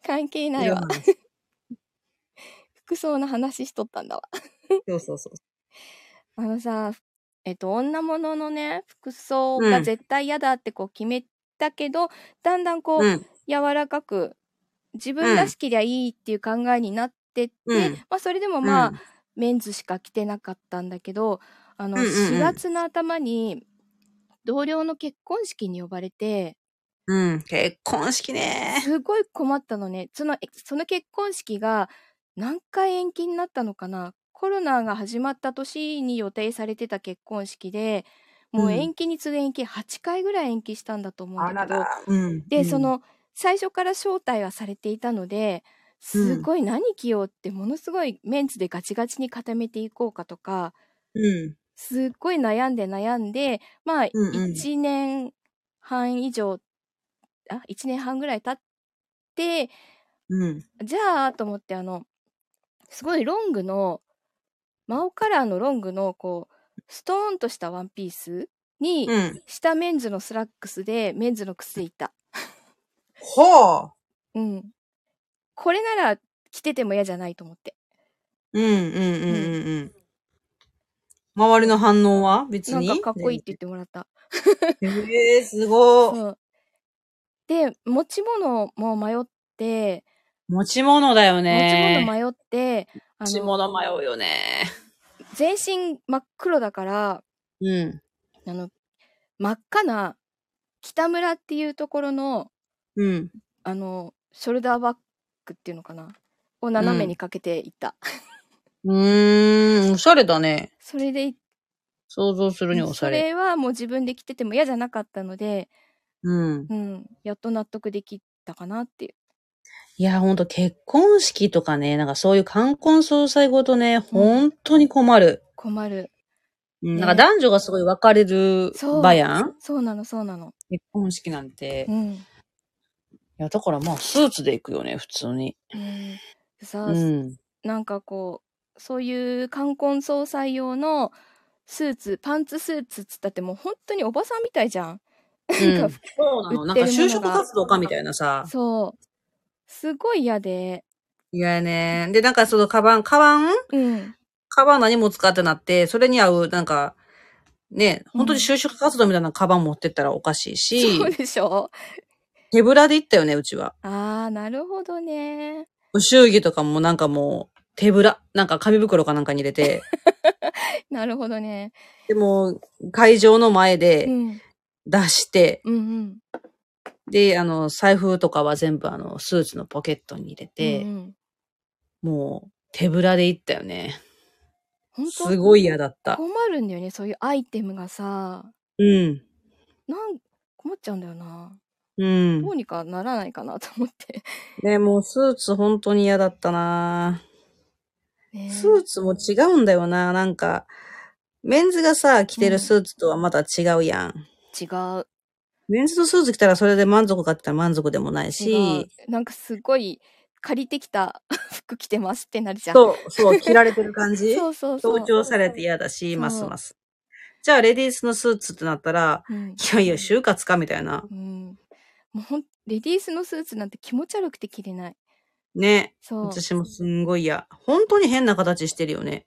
Speaker 1: 関係ないわ。 [laughs] 服装の話しとったんだわ。
Speaker 2: そうそうそう。
Speaker 1: あのさ、えっと、女物のね、服装
Speaker 2: う
Speaker 1: が
Speaker 2: ん
Speaker 1: 絶対嫌だってこう決めたけど、だんだんこう、
Speaker 2: うん。
Speaker 1: 柔らかく、自分らしけりゃいいっていう考えになってって、
Speaker 2: うん
Speaker 1: まあそれでもまあ、
Speaker 2: うん
Speaker 1: メンズしか着てなかったんだけど、あの、
Speaker 2: うんうんう
Speaker 1: 4
Speaker 2: ん
Speaker 1: 月の頭に、同僚の結婚式に呼ばれて、
Speaker 2: うん。結婚式ね。
Speaker 1: すごい困ったのね。その、えその結婚式が何回延期になったのかなコロナが始まった年に予定されてた結婚式で、もう延期に次ぐ延期、8回ぐらい延期したんだと思うんだけど、。
Speaker 2: うん。
Speaker 1: で、そ、の、最初から招待はされていたので、すごい何着ようって、ものすごいメンツでガチガチに固めていこうかとか、
Speaker 2: うん。
Speaker 1: すっごい悩んで悩んで、まあ、
Speaker 2: うんうん
Speaker 1: 1年半以上、あ、1年半ぐらい経って、
Speaker 2: うん。
Speaker 1: じゃあ、と思って、あの、すごいロングの、マオカラーのロングの、こう、ストーンとしたワンピースに、
Speaker 2: うん。
Speaker 1: 下メンズのスラックスで、メンズの靴でいた。
Speaker 2: ほう。
Speaker 1: うん。これなら、着てても嫌じゃないと思って。
Speaker 2: うんうんうんうんうん。周りの反応は別
Speaker 1: なん
Speaker 2: に
Speaker 1: かかっこいいって言ってもらった。
Speaker 2: ええすごい。
Speaker 1: そう。で、持ち物も迷って、
Speaker 2: 持ち物だよね。
Speaker 1: 持ち物迷って、あ
Speaker 2: 持ち
Speaker 1: の、
Speaker 2: 物迷うよね。
Speaker 1: 全身真っ黒だから、
Speaker 2: うん。
Speaker 1: あの、真っ赤な北村っていうところの、
Speaker 2: うん。
Speaker 1: あの、ショルダーバッグっていうのかなを斜めにかけていた。 [laughs]
Speaker 2: うーん、おしゃれだね。
Speaker 1: それで、
Speaker 2: 想像するにおし
Speaker 1: そ
Speaker 2: ゃれ。
Speaker 1: れはもう自分で着てても嫌じゃなかったので、
Speaker 2: うん。
Speaker 1: うん、やっと納得できたかなっていう。
Speaker 2: いや、ほんと結婚式とかね、なんかそういう冠婚葬祭ごとね、ほんとに困る。
Speaker 1: 困る。
Speaker 2: うん
Speaker 1: ね
Speaker 2: なんか男女がすごい分かれる
Speaker 1: そう。
Speaker 2: 場やん
Speaker 1: そうなの、そうなの。
Speaker 2: 結婚式なんて。
Speaker 1: う
Speaker 2: い
Speaker 1: ん。
Speaker 2: や、だからまあスーツで行くよね、普通に。
Speaker 1: うん、さあ、
Speaker 2: うん。
Speaker 1: なんかこう、そういう冠婚葬祭用のスーツ、パンツスーツっつったってもう本当におばさんみたいじゃん。
Speaker 2: うん
Speaker 1: か
Speaker 2: そうなの。
Speaker 1: 売
Speaker 2: な
Speaker 1: って
Speaker 2: んか
Speaker 1: るものが
Speaker 2: 就職活動かみたいなさ。
Speaker 1: そう。すごい嫌で。
Speaker 2: いやね。で、なんかそのカバン、カバン
Speaker 1: うん。
Speaker 2: カバン何も使ってなって、それに合う、なんか、ね、本当に就職活動みたいなカバン持ってったらおかしいし、
Speaker 1: そうでしょ
Speaker 2: 手ぶらで行ったよね、うちは。
Speaker 1: あー、なるほどね。
Speaker 2: 祝儀とかもなんかもう、手ぶら、なんか紙袋かなんかに入れ
Speaker 1: [laughs]
Speaker 2: て、
Speaker 1: なるほどね。
Speaker 2: でも、会場の前
Speaker 1: う
Speaker 2: で
Speaker 1: ん。
Speaker 2: 出して、
Speaker 1: うんうん。
Speaker 2: で、あの、財布とかは全部あの、スーツのポケットに入れて、
Speaker 1: うんうん、
Speaker 2: もう、手ぶらで行ったよね。
Speaker 1: 本当
Speaker 2: すごい嫌だった。
Speaker 1: 困るんだよね、そういうアイテムがさ。
Speaker 2: うん。
Speaker 1: なん、困っちゃうんだよな。
Speaker 2: うん
Speaker 1: ど。うにかならないかなと思って。 [laughs]
Speaker 2: ね、もうスーツ本当に嫌だったな
Speaker 1: ねえ
Speaker 2: スーツも違うんだよななんか、メンズがさ、着てるスーツとはまた違うやん。
Speaker 1: 違う。
Speaker 2: メンズのスーツ着たらそれで満足かって言ったら満足でもない
Speaker 1: 違う
Speaker 2: し、。
Speaker 1: なんかすごい、借りてきた [laughs] 服着てますってなるじゃん。
Speaker 2: そう、そう、着られてる感
Speaker 1: [laughs]
Speaker 2: じ
Speaker 1: そうそうそう。
Speaker 2: 強調されて嫌だし、
Speaker 1: そう
Speaker 2: ますます。じゃあ、レディースのスーツってなったら、
Speaker 1: うん。
Speaker 2: いやいや、就活かみたいな。
Speaker 1: うん。もうほん、レディースのスーツなんて気持ち悪くて着れない。
Speaker 2: ね。
Speaker 1: そう。
Speaker 2: 私もすんごい嫌。本当に変な形してるよね。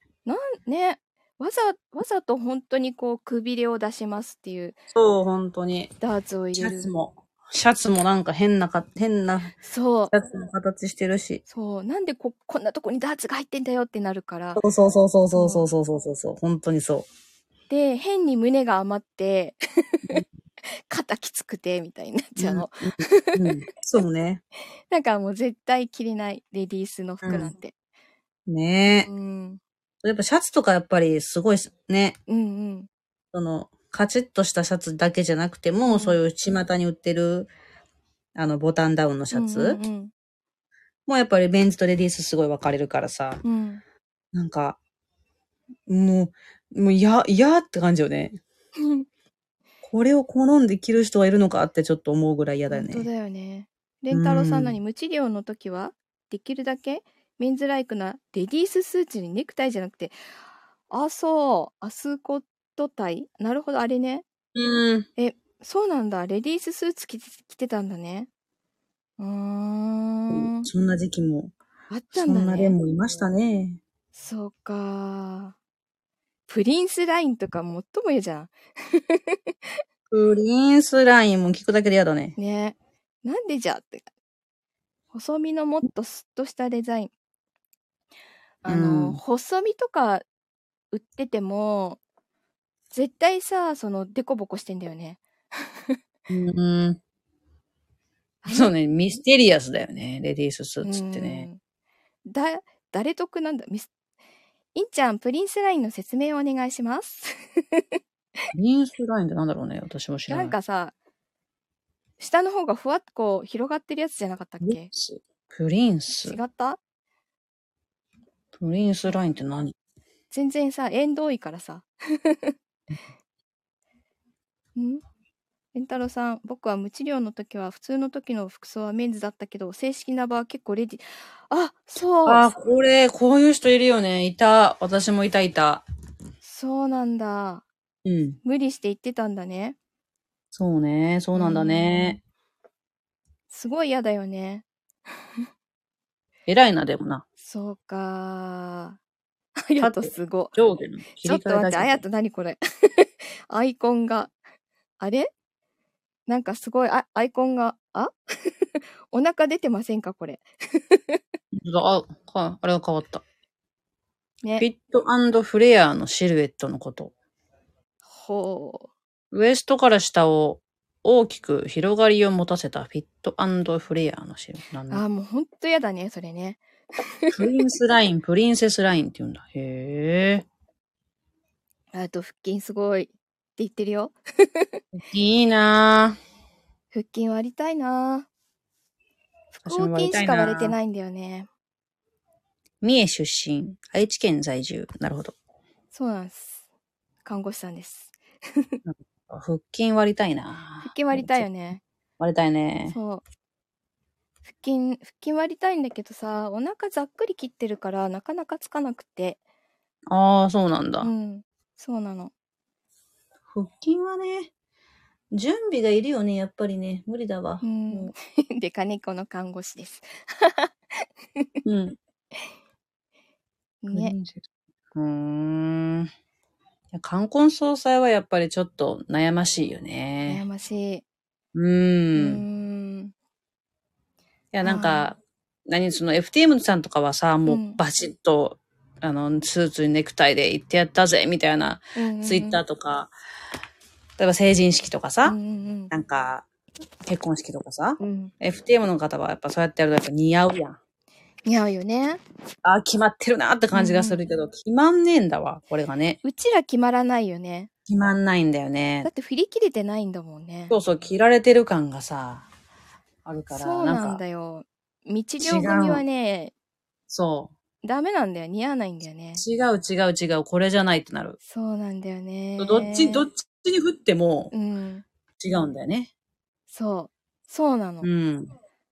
Speaker 1: ね。わざ、わざと本当にこう、くびれを出しますっていう、
Speaker 2: そう、本当に。
Speaker 1: ダーツを入
Speaker 2: シ
Speaker 1: れ
Speaker 2: ャ
Speaker 1: る
Speaker 2: ツ。も、シャツもなんか変なか、変な
Speaker 1: そう。
Speaker 2: シャツの形してるし。
Speaker 1: そう。なんでこ、こんなとこにダーツが入ってんだよってなるから。
Speaker 2: そうそうそうそうそうそうそうそうそう、本当にそ
Speaker 1: で、変に胸が余って、 [laughs] 肩きつくて、みたいになっちゃうの。
Speaker 2: う。うん、そうね。
Speaker 1: なんかもう絶対着れない、レディースの服なんて。
Speaker 2: ね
Speaker 1: う
Speaker 2: え。
Speaker 1: ん。
Speaker 2: やっぱシャツとかやっぱりすごいね、
Speaker 1: うんうん。
Speaker 2: その、カチッとしたシャツだけじゃなくても、
Speaker 1: うん
Speaker 2: そういう巷に売ってる、あの、ボタンダウンのシャツ、
Speaker 1: うんうん
Speaker 2: もうやっぱりメンズとレディースすごい分かれるからさ、
Speaker 1: うん。うん
Speaker 2: なんか、もう、もう嫌、嫌って感じよね。 [laughs] これを好んで着る人がいるのかってちょっと思うぐらい嫌だよ
Speaker 1: 本当
Speaker 2: ね。
Speaker 1: だよね。レンタロウさ
Speaker 2: うん
Speaker 1: ん何無治療の時はできるだけメンズライクなレディーススーツにネクタイじゃなくてあそうアスコットタイなるほどあれね
Speaker 2: うん。
Speaker 1: そうなんだレディーススーツ着て着てたんだねうーん
Speaker 2: そんな時期も、
Speaker 1: あっ
Speaker 2: そ
Speaker 1: たん
Speaker 2: ん
Speaker 1: だ
Speaker 2: な例
Speaker 1: ね
Speaker 2: もいましたね。
Speaker 1: そうかプリンスラインとか最も嫌じゃ
Speaker 2: プリンスラインも聞くだけで嫌だね
Speaker 1: ん。ねなんでじゃって細身のもっとスッとしたデザインあの、
Speaker 2: うん
Speaker 1: 細身とか売ってても絶対さそのデコボコしてんだよね
Speaker 2: うん。そうね、ミステリアスだよね、レディーススーツってね。
Speaker 1: うんだ誰得なんだミスインちゃんプリンスラインの説明をお願いします
Speaker 2: プリンスラインってなんだろうね、私も知
Speaker 1: な
Speaker 2: らない。
Speaker 1: んかさ下の方がふわっとこう広がってるやつじゃなかったっ
Speaker 2: プリ
Speaker 1: け
Speaker 2: ンス、プリンス
Speaker 1: 違、った
Speaker 2: プリンスラインって何
Speaker 1: 全然さ縁遠いから
Speaker 2: [laughs]
Speaker 1: さんレンタロウさん僕は無治療の時は普通の時の服装はメンズだったけど正式な場は結構レディあそう
Speaker 2: あ、これ、こういう人いるよね。いた。私もいた、いた。
Speaker 1: そうなんだ
Speaker 2: うん。
Speaker 1: 無理して言ってたんだね
Speaker 2: そうね。そうなんだね。
Speaker 1: すごい嫌だよね
Speaker 2: 偉いな、でもな。
Speaker 1: そうか [laughs] ーあやとすご
Speaker 2: 上下の切
Speaker 1: ちょ
Speaker 2: り
Speaker 1: っと
Speaker 2: 替え
Speaker 1: 待っ
Speaker 2: だ
Speaker 1: てあや
Speaker 2: け。
Speaker 1: と何これ [laughs] アイコンがあれなんかすごいあアイコンがあ [laughs] お腹出てませんかこれ
Speaker 2: あ、はいあれが変わった。
Speaker 1: ね
Speaker 2: フィットフレアのシルエットのこと。
Speaker 1: ほ
Speaker 2: ウエストから下を大きく広がりを持たせたフィットフレアのシルエット。なん
Speaker 1: う。
Speaker 2: だ
Speaker 1: あーもうほんとやだね、それね。
Speaker 2: プリンスライン、プリンセスラインって言うんだ。へえ。
Speaker 1: あと腹筋すごいって言ってるよ。
Speaker 2: いいなぁ。
Speaker 1: 腹筋割りたいなぁ。
Speaker 2: 私
Speaker 1: 腹
Speaker 2: も割
Speaker 1: 横筋
Speaker 2: りたい
Speaker 1: し
Speaker 2: な
Speaker 1: か割れてないんだよね。
Speaker 2: 三重出身、愛知県在住。なるほど。
Speaker 1: そうなんです。看護師さんです。
Speaker 2: 腹筋割りたいな
Speaker 1: 腹筋割りたいよ。ね。
Speaker 2: 割りたいね。
Speaker 1: そう。腹筋、腹筋割りたいんだけどさ、お腹ざっくり切ってるからなかなかつかなくて。
Speaker 2: ああ、そうなんだ。
Speaker 1: うん。そうなの。
Speaker 2: 腹筋はね、準備がいるよね、やっぱりね。無理だわ
Speaker 1: う。。
Speaker 2: うん
Speaker 1: [laughs] でかねこの看護師です。
Speaker 2: うん。
Speaker 1: ね。。
Speaker 2: うーん。いや冠婚葬祭はやっぱりちょっと悩ましいよ
Speaker 1: 悩
Speaker 2: ね。
Speaker 1: ましい。
Speaker 2: う
Speaker 1: うー
Speaker 2: ーん。
Speaker 1: ん。
Speaker 2: や、なんか、何、その FTM さんとかはさ、も
Speaker 1: う
Speaker 2: うんバチッと、あの、スーツにネクタイで行ってやったぜ、みたいな、ツイッター
Speaker 1: と
Speaker 2: とか、例えば成人式とかさ、
Speaker 1: うんうん
Speaker 2: なんか、結婚式とかさ、
Speaker 1: うんうん、
Speaker 2: FTM の方はやっぱそうやってやるとやっぱ似合うやん。
Speaker 1: 似合うよね
Speaker 2: ああ、決まってるなって感じがするけど、決まんねえんだわ、これがね。
Speaker 1: うちら決まらないよね
Speaker 2: 決まんないんだよ
Speaker 1: だ
Speaker 2: ね
Speaker 1: っ。て振り切れてないんだもんね
Speaker 2: そうそう、着られてる感がさ、あるから、
Speaker 1: そう
Speaker 2: なん
Speaker 1: なん
Speaker 2: か、
Speaker 1: だよ道量組はね
Speaker 2: そ
Speaker 1: ダメなんだよ似合わないんだよね
Speaker 2: う。違う違う違う、これじゃないってなる。
Speaker 1: そうなんだよね
Speaker 2: どっち、どっちに振っても
Speaker 1: うん
Speaker 2: 違うんだよね。
Speaker 1: そうそうなの、
Speaker 2: うん。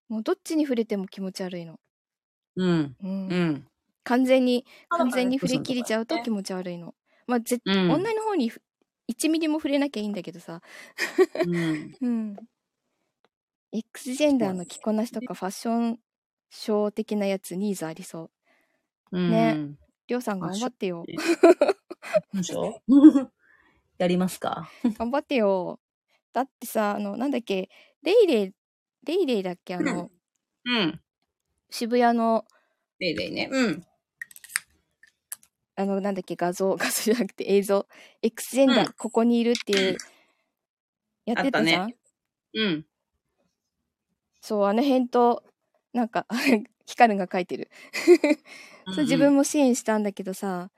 Speaker 1: もうどっちに触れても気持ち悪いの、
Speaker 2: うん。
Speaker 1: うん
Speaker 2: うん。
Speaker 1: 完全に完全に振り切れちゃうと
Speaker 2: ね
Speaker 1: 気持ち悪いのまあぜ、
Speaker 2: うん。
Speaker 1: 女の方にふ1ミリも触れなきゃいいんだけどさ
Speaker 2: うん。
Speaker 1: うん。X ジェンダーの着こなしとかファッションショー的なやつニーズありそう。
Speaker 2: うん。
Speaker 1: ねりょうさん
Speaker 2: ファッ
Speaker 1: 頑
Speaker 2: ション
Speaker 1: 張ってよ。
Speaker 2: でしょ
Speaker 1: [laughs]
Speaker 2: やりますか
Speaker 1: 頑張ってよ。だってさ、あの、なんだっけ、レイレイ、レイレイだっけ、あの、
Speaker 2: うん。
Speaker 1: 渋谷の、
Speaker 2: レイレイね。うん。
Speaker 1: あの、なんだっけ、画像、 [laughs] 画像じゃなくて映像、X ジェンダー、
Speaker 2: うん
Speaker 1: ここにいるって
Speaker 2: [coughs]
Speaker 1: いう、やってたじ
Speaker 2: あ
Speaker 1: ゃ
Speaker 2: っ
Speaker 1: ん、
Speaker 2: うん。
Speaker 1: そう、あの辺と、なんか、 [laughs] ヒカルが書いてる。そう自分も支援したんだけどさ、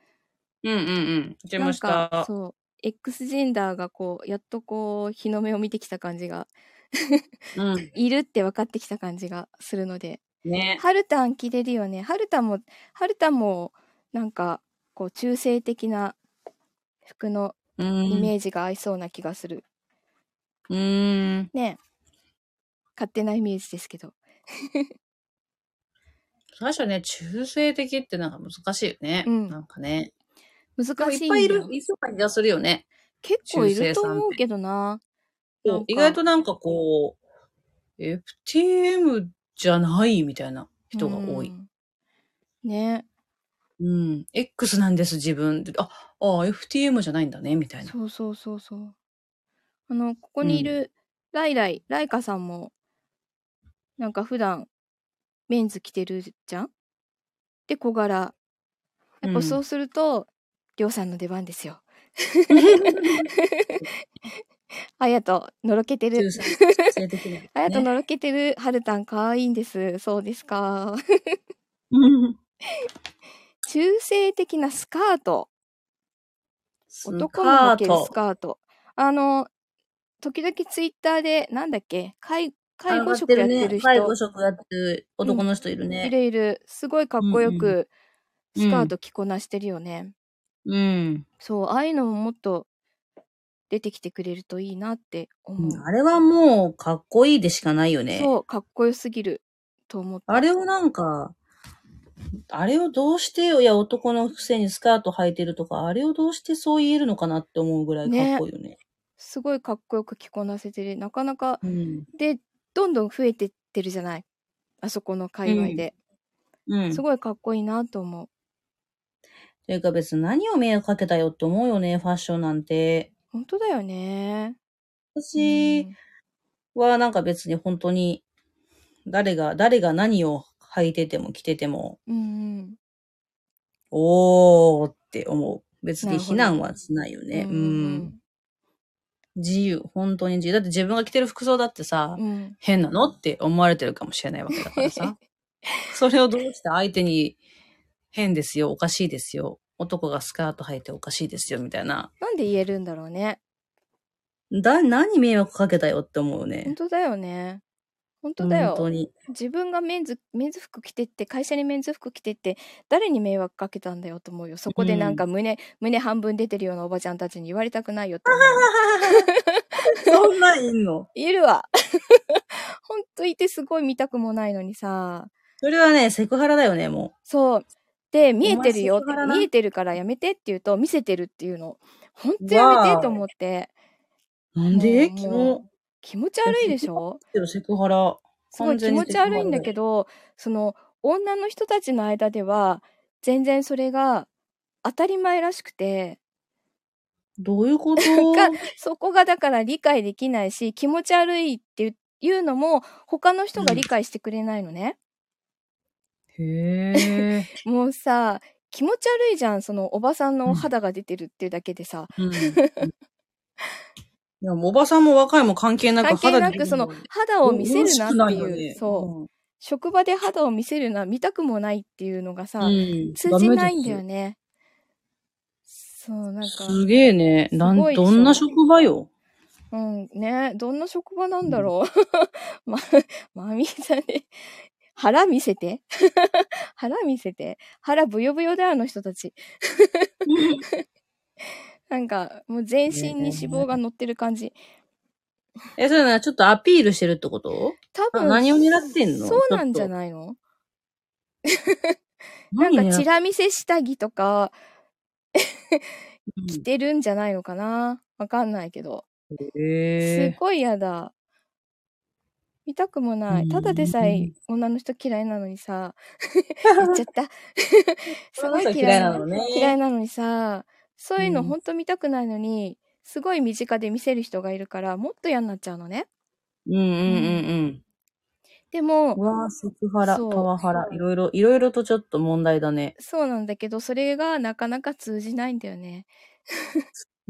Speaker 2: うんうんうん。出
Speaker 1: な
Speaker 2: ま
Speaker 1: ん
Speaker 2: した。
Speaker 1: かそう X ジェンダーがこうやっとこう日の目を見てきた感じが
Speaker 2: うん。
Speaker 1: いるって分かってきた感じがするので
Speaker 2: ね。
Speaker 1: ハルタン着れるよねハルタンもハルタンもなんかこう中性的な服の
Speaker 2: う
Speaker 1: イ
Speaker 2: ん。
Speaker 1: メージが合いそうな気がする、
Speaker 2: うん。
Speaker 1: ね勝手なイメージですけど
Speaker 2: 最初ね、中性的ってなんか難しいよね。
Speaker 1: うん
Speaker 2: なんかね。でも
Speaker 1: 難しい
Speaker 2: いっ
Speaker 1: んだ
Speaker 2: ぱいいる、いそうな気がするよね。
Speaker 1: 結構いると思うけどななんか
Speaker 2: そう意外となんかこう、FTM じゃないみたいな人が多い。
Speaker 1: うんね
Speaker 2: うん。X なんです、自分。あ、あ、FTM じゃないんだね、みたいな。
Speaker 1: そうそうそうそうあのここにいるライライ、ライカさんもなんか普段メンズ着てるじゃんで小柄やっ
Speaker 2: う
Speaker 1: ぱ
Speaker 2: ん
Speaker 1: そうすると、りょうさんの出番です
Speaker 2: [laughs]
Speaker 1: よ [laughs] あやとのろけて
Speaker 2: 中
Speaker 1: る
Speaker 2: 性的な、ね。
Speaker 1: あやとのろけてるはるたんかわいいんですそうですか [laughs]
Speaker 2: うん
Speaker 1: 中性的なスカート男
Speaker 2: ス
Speaker 1: の
Speaker 2: カ
Speaker 1: 向ける
Speaker 2: ート
Speaker 1: スカート。あの、時々ツイッターで、なんだっけ、介介護職やってる人、
Speaker 2: 介護職やってる男の人いる
Speaker 1: い
Speaker 2: ね。
Speaker 1: るいる、すごいかっこよ
Speaker 2: うん
Speaker 1: く、スカート着こなしてるよね。
Speaker 2: うん。
Speaker 1: そう、ああいうのももっと出てきてくれるといいなって思う。
Speaker 2: あれはもうかっこいいでしかないよね。
Speaker 1: そう、かっこよすぎると思った。
Speaker 2: あれをなんか、あれをどうしてよ、いや男のくせにスカート履いてるとか、あれをどうしてそう言えるのかなって思うぐらいかっこいいよね。
Speaker 1: すごいかっこよく着こなせてる。なかなか、
Speaker 2: うん。
Speaker 1: で、どんどん増えてってるじゃない。あそこの界隈で。
Speaker 2: うん。
Speaker 1: すごいかっこいいなと思う。
Speaker 2: というか別に何を迷惑かけたよって思うよね、ファッションなんて。
Speaker 1: 本当だよね。
Speaker 2: 私、
Speaker 1: うん
Speaker 2: はなんか別に本当に誰が、誰が何を履いてても着てても、
Speaker 1: うんうん
Speaker 2: おーって思う。別
Speaker 1: な
Speaker 2: に
Speaker 1: るほど
Speaker 2: 非難はしないよね。
Speaker 1: う
Speaker 2: うんん
Speaker 1: うん
Speaker 2: 自由。本当に自由。だって自分が着てる服装だってさ、
Speaker 1: うん、
Speaker 2: 変なのって思われてるかもしれないわけだか
Speaker 1: [laughs]
Speaker 2: らさ。それをどうして相手に変ですよ、おかしいですよ。男がスカート履いておかしいですよ、みたいな。
Speaker 1: なんで言えるんだろうね。
Speaker 2: だ、何迷惑かけたよって思う
Speaker 1: 本
Speaker 2: ね。
Speaker 1: 当だよね。本当だよ
Speaker 2: 本。
Speaker 1: [laughs]
Speaker 2: 当に。
Speaker 1: 自分がメンズ、メンズ服着てって、会社にメンズ服着てって、誰に迷惑かけたんだよと思うよ。そこでなんか胸、胸半分出てるようなおばちゃんたちに言われたくないよって思う。
Speaker 2: そんなんいんの
Speaker 1: いるわ。 [laughs] 本当いてすごい見たくもないのにさ。
Speaker 2: それはね、セクハラだよね、も
Speaker 1: そう。で、見えてるよっ
Speaker 2: セクハラ
Speaker 1: て、
Speaker 2: な
Speaker 1: 見えてるからやめてって言うと、見せてるっていうの。本当やめてと思って。
Speaker 2: う。なんで
Speaker 1: もう
Speaker 2: キ
Speaker 1: も
Speaker 2: モ。
Speaker 1: 気持ち悪いでしょ
Speaker 2: でもセクハラ。
Speaker 1: すごい気持ち悪いんだけ
Speaker 2: ど。
Speaker 1: どその女の人たちの間では全然それが当たり前らしくて
Speaker 2: どういうこと
Speaker 1: かそこがだから理解できないし気持ち悪いって言いうのも、他の人が理解してくれないのね。
Speaker 2: へえ。
Speaker 1: もうさ、気持ち悪いじゃん、そのおばさんのお肌が出てるっていうだけでさ、
Speaker 2: うん。いや、もうおばさんも若いも関係なく
Speaker 1: 関係
Speaker 2: 肌
Speaker 1: な
Speaker 2: で
Speaker 1: くその肌を見せるなっていう、そう、
Speaker 2: う。
Speaker 1: 職場で肌を見せるな、見たくもないっていうのがさ、
Speaker 2: うん、
Speaker 1: 通じないんだよね。そう、なんか、
Speaker 2: すげえね。な
Speaker 1: すご
Speaker 2: ん、
Speaker 1: いでしょ
Speaker 2: どんな職場よ。 [laughs]
Speaker 1: うん、ねどんな職場なんだろう。 [laughs] ま、まみさんね。腹見せて。 [laughs] 腹見せて。腹ぶよぶよだよ、あの人たち。なんか、もう全身に脂肪が乗ってる感じ。
Speaker 2: え、それな、ちょっとアピールしてるってこと
Speaker 1: 多
Speaker 2: あ
Speaker 1: 分、
Speaker 2: 何を狙ってんの
Speaker 1: そうなんじゃ
Speaker 2: い
Speaker 1: ないのな
Speaker 2: なん
Speaker 1: か、チ
Speaker 2: ら
Speaker 1: ラ見せ下着とか着てるんじゃないのかなわかんないけど。
Speaker 2: へ
Speaker 1: すごい嫌だ。見たくもない。ただでさ
Speaker 2: う
Speaker 1: え
Speaker 2: ん
Speaker 1: 女の人嫌いなのに
Speaker 2: [laughs]
Speaker 1: さ、
Speaker 2: ー
Speaker 1: 言っちゃった。 [laughs] すごい嫌いなの
Speaker 2: ね
Speaker 1: 嫌いなのにさ、そういうの
Speaker 2: うん
Speaker 1: ほんと見たくないのに、すごい身近で見せる人がいるから、もっと嫌になっちゃうのね。
Speaker 2: うんうんうん
Speaker 1: で
Speaker 2: うん。
Speaker 1: も、
Speaker 2: わあ、セクハラ、パ
Speaker 1: そう
Speaker 2: ワハラ、いろいろ、いろいろとちょっと問題だね。
Speaker 1: そうなんだけど、それがなかなか通じないんだよね。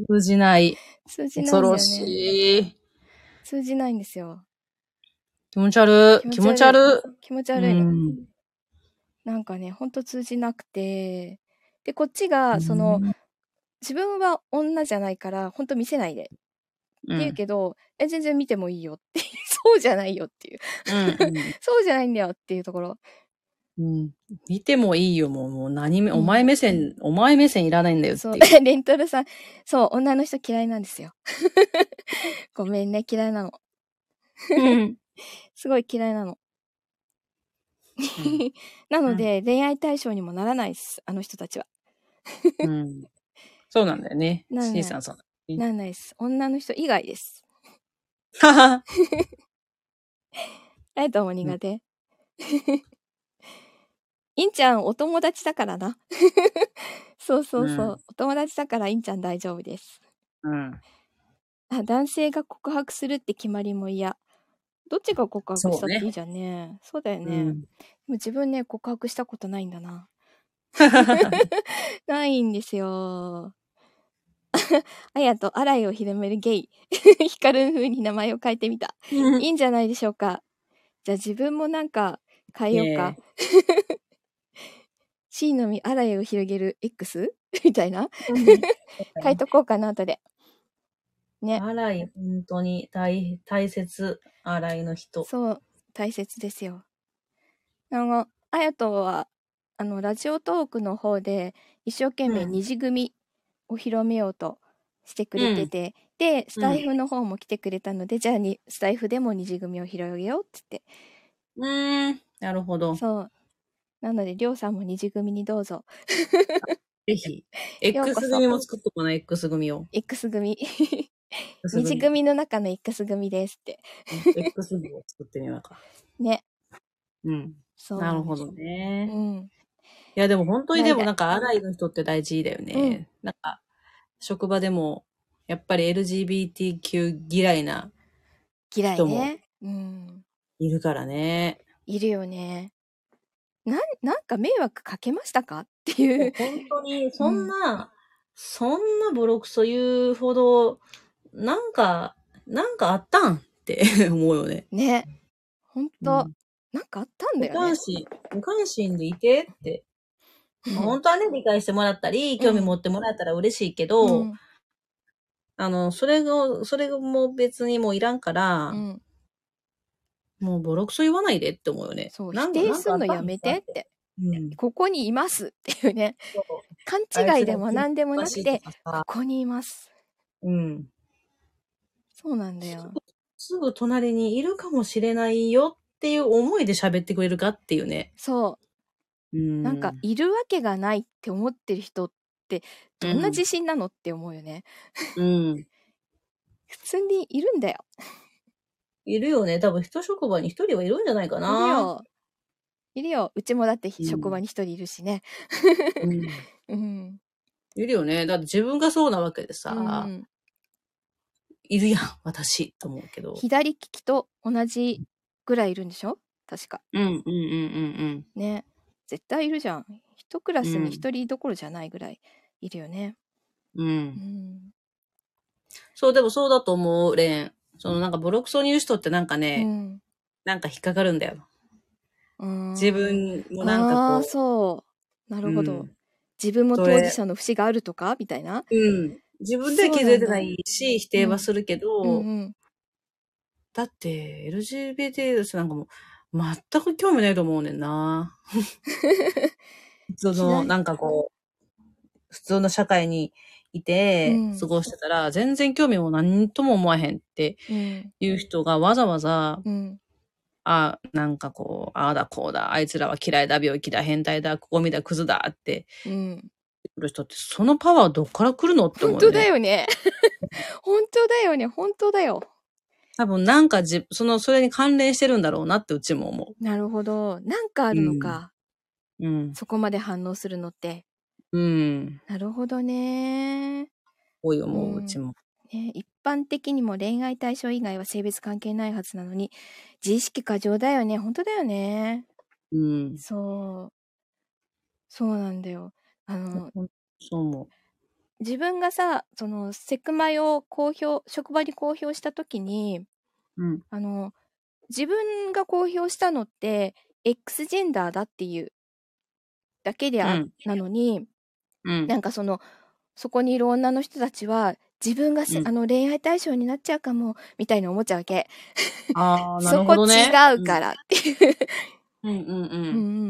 Speaker 2: 通じない。
Speaker 1: 通じないんだ
Speaker 2: 恐
Speaker 1: よ
Speaker 2: ろ
Speaker 1: ね。
Speaker 2: しい。
Speaker 1: 通じないんですよ。
Speaker 2: 気持ち悪い。気
Speaker 1: 気
Speaker 2: 持
Speaker 1: 持
Speaker 2: ち
Speaker 1: ち
Speaker 2: 悪
Speaker 1: 悪
Speaker 2: い。
Speaker 1: 気持ち悪いの。
Speaker 2: うん
Speaker 1: なんかね、ほんと通じなくて。で、こっちが、その、、自分は女じゃないから、ほんと見せないで。
Speaker 2: うん、
Speaker 1: って言うけど、え、全然見てもいいよっていう、 [laughs] そうじゃないよっていう、
Speaker 2: うんうん
Speaker 1: そうじゃないんだよっていうところ。
Speaker 2: うん、見てもいいよ、もう、もう何目、
Speaker 1: うん
Speaker 2: お前目線、お前目線いらないんだよってい。
Speaker 1: そうう、 [laughs] レンタルさん、そう、女の人嫌いなんですよ。 [laughs] ごめんね、嫌いなの。
Speaker 2: うん
Speaker 1: すごい嫌いなの。 [laughs] なので、恋愛対象にもならないです、あの人たちは。
Speaker 2: うんそうなんだよね。
Speaker 1: なんな
Speaker 2: C
Speaker 1: い
Speaker 2: さんさん。うん [laughs]
Speaker 1: ならないです。女の人以外です。
Speaker 2: はは
Speaker 1: え、どうも苦手。 [laughs] インちゃん、お友達だからな。 [laughs] そうそうそう、
Speaker 2: うん
Speaker 1: お友達だからインちゃん大丈夫です。
Speaker 2: うん。
Speaker 1: あ男性が告白するって決まりも嫌どっちが告白
Speaker 2: そう
Speaker 1: したっ
Speaker 2: ね
Speaker 1: ていいじゃんねそうだよね、
Speaker 2: う
Speaker 1: でも
Speaker 2: ん
Speaker 1: 自分ね告白したことないんだな [laughs] ないんですよ [laughs] あやと新井を広めるゲイ [laughs] ヒカルン風に名前を変えてみた [laughs]
Speaker 2: [laughs]
Speaker 1: いいんじゃないでしょうかじゃあ自分もなんか変えようか、
Speaker 2: ね
Speaker 1: [laughs] C のみ新井を広げる X? みたいな変えとこうかな後でね
Speaker 2: 洗い、本当に大、大切、洗いの人。
Speaker 1: そう、大切ですよ。あの、あやとは、あの、ラジオトークの方で、一生懸命
Speaker 2: うん
Speaker 1: 二次組を広めようとしてくれてて、で、スタイフの方も来てくれたので、じゃあに、スタイフでも二次組を広げようって言っ
Speaker 2: うーん。なるほど
Speaker 1: て、。そう。なので、りょうさんも二次組にどうぞ。
Speaker 2: ぜひ。
Speaker 1: ようこそ
Speaker 2: X 組も作っとこない、X 組を。
Speaker 1: X 組。
Speaker 2: X
Speaker 1: 二次組の中の X 組ですって。
Speaker 2: X 組を作ってみようか。
Speaker 1: ね。
Speaker 2: うん。
Speaker 1: そう。
Speaker 2: なるほど
Speaker 1: う
Speaker 2: ね。
Speaker 1: ん。
Speaker 2: いや、でも本当に
Speaker 1: ない
Speaker 2: で
Speaker 1: ない
Speaker 2: もなんか、アライの人って大事だよね。なんか、職場でも、やっぱり LGBTQ 嫌いな、
Speaker 1: 嫌い
Speaker 2: 人も
Speaker 1: ね。うん。
Speaker 2: いるからね。
Speaker 1: いるよね。なん、なんか迷惑かけましたかっていう。
Speaker 2: 本当に、そんな、そんなボロクソ言うほど、なんか、なんかあったんって [laughs] 思うよね。
Speaker 1: [laughs] ね。ほんと、
Speaker 2: うん
Speaker 1: なんかあったんだよ
Speaker 2: 無
Speaker 1: ね
Speaker 2: 関。心、無関心でいてって。まあ
Speaker 1: うん
Speaker 2: 本当はね、理解してもらったり、興味持ってもらえたら嬉しいけ
Speaker 1: う
Speaker 2: ど、
Speaker 1: ん
Speaker 2: あの、それが、それがもう別にもういらんから、
Speaker 1: うん、
Speaker 2: もうボロクソ言わないでって思うよね。
Speaker 1: そう、
Speaker 2: な
Speaker 1: 否
Speaker 2: んか
Speaker 1: 定すんのやめてっ。
Speaker 2: なんか
Speaker 1: て。
Speaker 2: あったんですか
Speaker 1: ここにいますっていう
Speaker 2: [laughs]
Speaker 1: ね。勘違いでも何でも
Speaker 2: うん。
Speaker 1: なくて、
Speaker 2: 詳しいとか
Speaker 1: こ
Speaker 2: さ
Speaker 1: こにいます。
Speaker 2: うん。
Speaker 1: そうなんだ
Speaker 2: [laughs]
Speaker 1: よ。
Speaker 2: すぐ隣にいるかもしれないよっていう思いで喋ってくれるかっていうね。
Speaker 1: そうう、
Speaker 2: ん
Speaker 1: なんか、いるわけがないって思ってる人って、どんな自信なのって思うよね。
Speaker 2: うん。
Speaker 1: 普通にいるんだよ。
Speaker 2: いるよね。多分、一職場に一人はいるんじゃないか
Speaker 1: いる
Speaker 2: な。
Speaker 1: よ。いるよ。うちもだって
Speaker 2: うん
Speaker 1: 職場に一人いるしね。
Speaker 2: うん
Speaker 1: うん。
Speaker 2: いるよね。だって自分がそうなわけでさ、
Speaker 1: うん
Speaker 2: いるやん、私、と思うけど。
Speaker 1: 左利きと同じぐらいいるんでしょ確か。
Speaker 2: うん、うん、うん、うん、
Speaker 1: ね。絶対いるじゃん。一クラス
Speaker 2: うん
Speaker 1: に一人どころじゃないぐらいいるよね。
Speaker 2: うん。う。
Speaker 1: うんん。
Speaker 2: そう、でもそうだと思う、レン。そのなんかボロクソに言う人ってなんかね、
Speaker 1: うん
Speaker 2: なんか引っかかるんだよ。
Speaker 1: うん
Speaker 2: 自分もな
Speaker 1: あ
Speaker 2: ん
Speaker 1: あ
Speaker 2: か
Speaker 1: ー
Speaker 2: こ
Speaker 1: そうな
Speaker 2: う。
Speaker 1: るほど、
Speaker 2: うん
Speaker 1: 自分も
Speaker 2: そ
Speaker 1: 当
Speaker 2: れ
Speaker 1: 事者の節があるとかみたいな
Speaker 2: うん。自分では気づいてないし、否定はするけど、
Speaker 1: うんうん
Speaker 2: だって LGBT の人なんかもう全く興味ないと思うね
Speaker 1: [laughs]
Speaker 2: んな。その、なんかこう、普通の社会にいて
Speaker 1: うん
Speaker 2: 過ごしてたら、全然興味も何とも思わへんって
Speaker 1: うん
Speaker 2: いう人がわざわざ、
Speaker 1: うん
Speaker 2: あなんかこう、ああだこうだ、あいつらは嫌いだ、病気だ、変態だ、ゴミだ、クズだって
Speaker 1: うん
Speaker 2: 言う人って、そのパワーどっから来るのって思う、
Speaker 1: 本
Speaker 2: ね。
Speaker 1: 当だ。よね [laughs] 本当だよね本当だよ
Speaker 2: 多分なんかじ、その、それに関連してるんだろうなってうちも思
Speaker 1: なるほどなんかあるのか、
Speaker 2: う。うん。
Speaker 1: そこまで反応するのって
Speaker 2: うん。
Speaker 1: なるほどねね
Speaker 2: 多い思う、
Speaker 1: うん
Speaker 2: うちも。
Speaker 1: 一般的にも恋愛対象以外は性別関係ないはずなのに自意識過剰だよね本当だよね
Speaker 2: うん。
Speaker 1: そうそうなんだよあの
Speaker 2: そう思
Speaker 1: 自分がさそのセクマイを公表職場に公表した時に
Speaker 2: う。うん。
Speaker 1: あの自分が公表したのって X ジェンダーだっていうだけであ、
Speaker 2: うん
Speaker 1: なのに
Speaker 2: うん。
Speaker 1: なんかそのそこにいる女の人たちは自分がせ、
Speaker 2: うん
Speaker 1: あの恋愛対象になっちゃうかもみたいに思っちゃうわけ、
Speaker 2: ああ、なる
Speaker 1: そ
Speaker 2: ほ
Speaker 1: こ
Speaker 2: どね。
Speaker 1: 違うからっていう、
Speaker 2: うん。うんう
Speaker 1: う
Speaker 2: んうんん。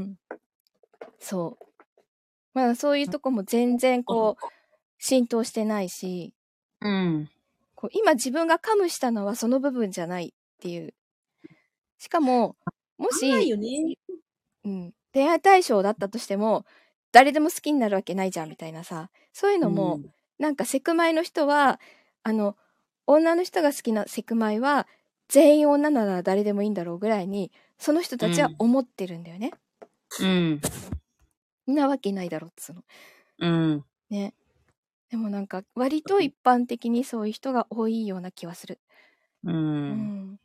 Speaker 1: うんそうまあそういうとこも全然こう浸透してないし
Speaker 2: うん。
Speaker 1: こう今自分がカムしたのはその部分じゃないっていうしかもも
Speaker 2: しない
Speaker 1: し、
Speaker 2: よね。
Speaker 1: うん、恋愛対象だったとしても誰でも好きになるわけないじゃんみたいなさそういうのも、なんかセクマイの人はあの女の人が好きなセクマイは全員女なら誰でもいいんだろうぐらいにその人たちは思ってるんだよね、
Speaker 2: うん。
Speaker 1: ん、なわけないだろうっつうの
Speaker 2: うん。
Speaker 1: ねでもなんか割と一般的にそういう人が多いような気はする
Speaker 2: う。
Speaker 1: うんん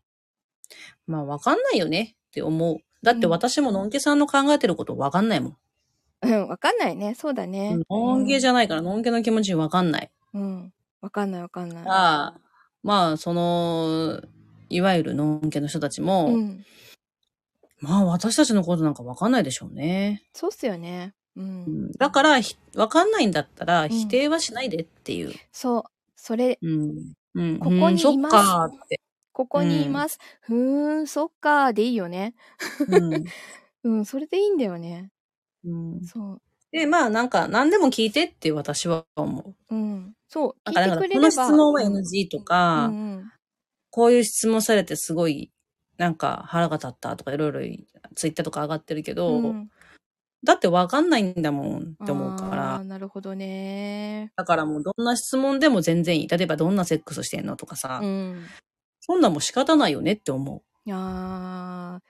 Speaker 2: まあ、わかんないよねって思う。だって
Speaker 1: うん
Speaker 2: 私ものんけさんの考えてることわかんないもん。
Speaker 1: うんわかんないねそうだね
Speaker 2: のんけじゃないから、のんけの気持ちわかんない。
Speaker 1: うん。わかんないわかんない。
Speaker 2: ああまあ、その、いわゆるのんけの人たちも、
Speaker 1: うん。
Speaker 2: まあ私たちのことなんかわかんないでしょうね。
Speaker 1: そうっすよね。うん。
Speaker 2: うんだから、ひわかんないんだったら、
Speaker 1: ん
Speaker 2: 否定はしないでっていう。
Speaker 1: そう。それ、
Speaker 2: うん。うん。
Speaker 1: ここにいます
Speaker 2: うんそっかーって。
Speaker 1: ここにいます。ふーん、そっかーでいいよね。
Speaker 2: うん。
Speaker 1: うん、それでいいんだよね。
Speaker 2: う
Speaker 1: [laughs]
Speaker 2: ん
Speaker 1: そ
Speaker 2: で、まあなんか、何でも聞いてって私は思
Speaker 1: う。うん。そう。
Speaker 2: う。
Speaker 1: 聞
Speaker 2: だから、
Speaker 1: い
Speaker 2: な
Speaker 1: てく
Speaker 2: んか
Speaker 1: れれ
Speaker 2: こ
Speaker 1: ば。
Speaker 2: の質問は NG とか、
Speaker 1: うんうん
Speaker 2: こういう質問されてすごい、なんか腹が立ったとかいろいろツイッターとか上がってるけ
Speaker 1: う
Speaker 2: ど、
Speaker 1: ん。
Speaker 2: だってわかんないんだもんって思うか
Speaker 1: あー
Speaker 2: ら、
Speaker 1: なるほどね。
Speaker 2: だからもうどんな質問でも全然いい。例えばどんなセックスしてんのとかさ、
Speaker 1: うん。
Speaker 2: そんなんもう仕方ないよねって思う。
Speaker 1: いや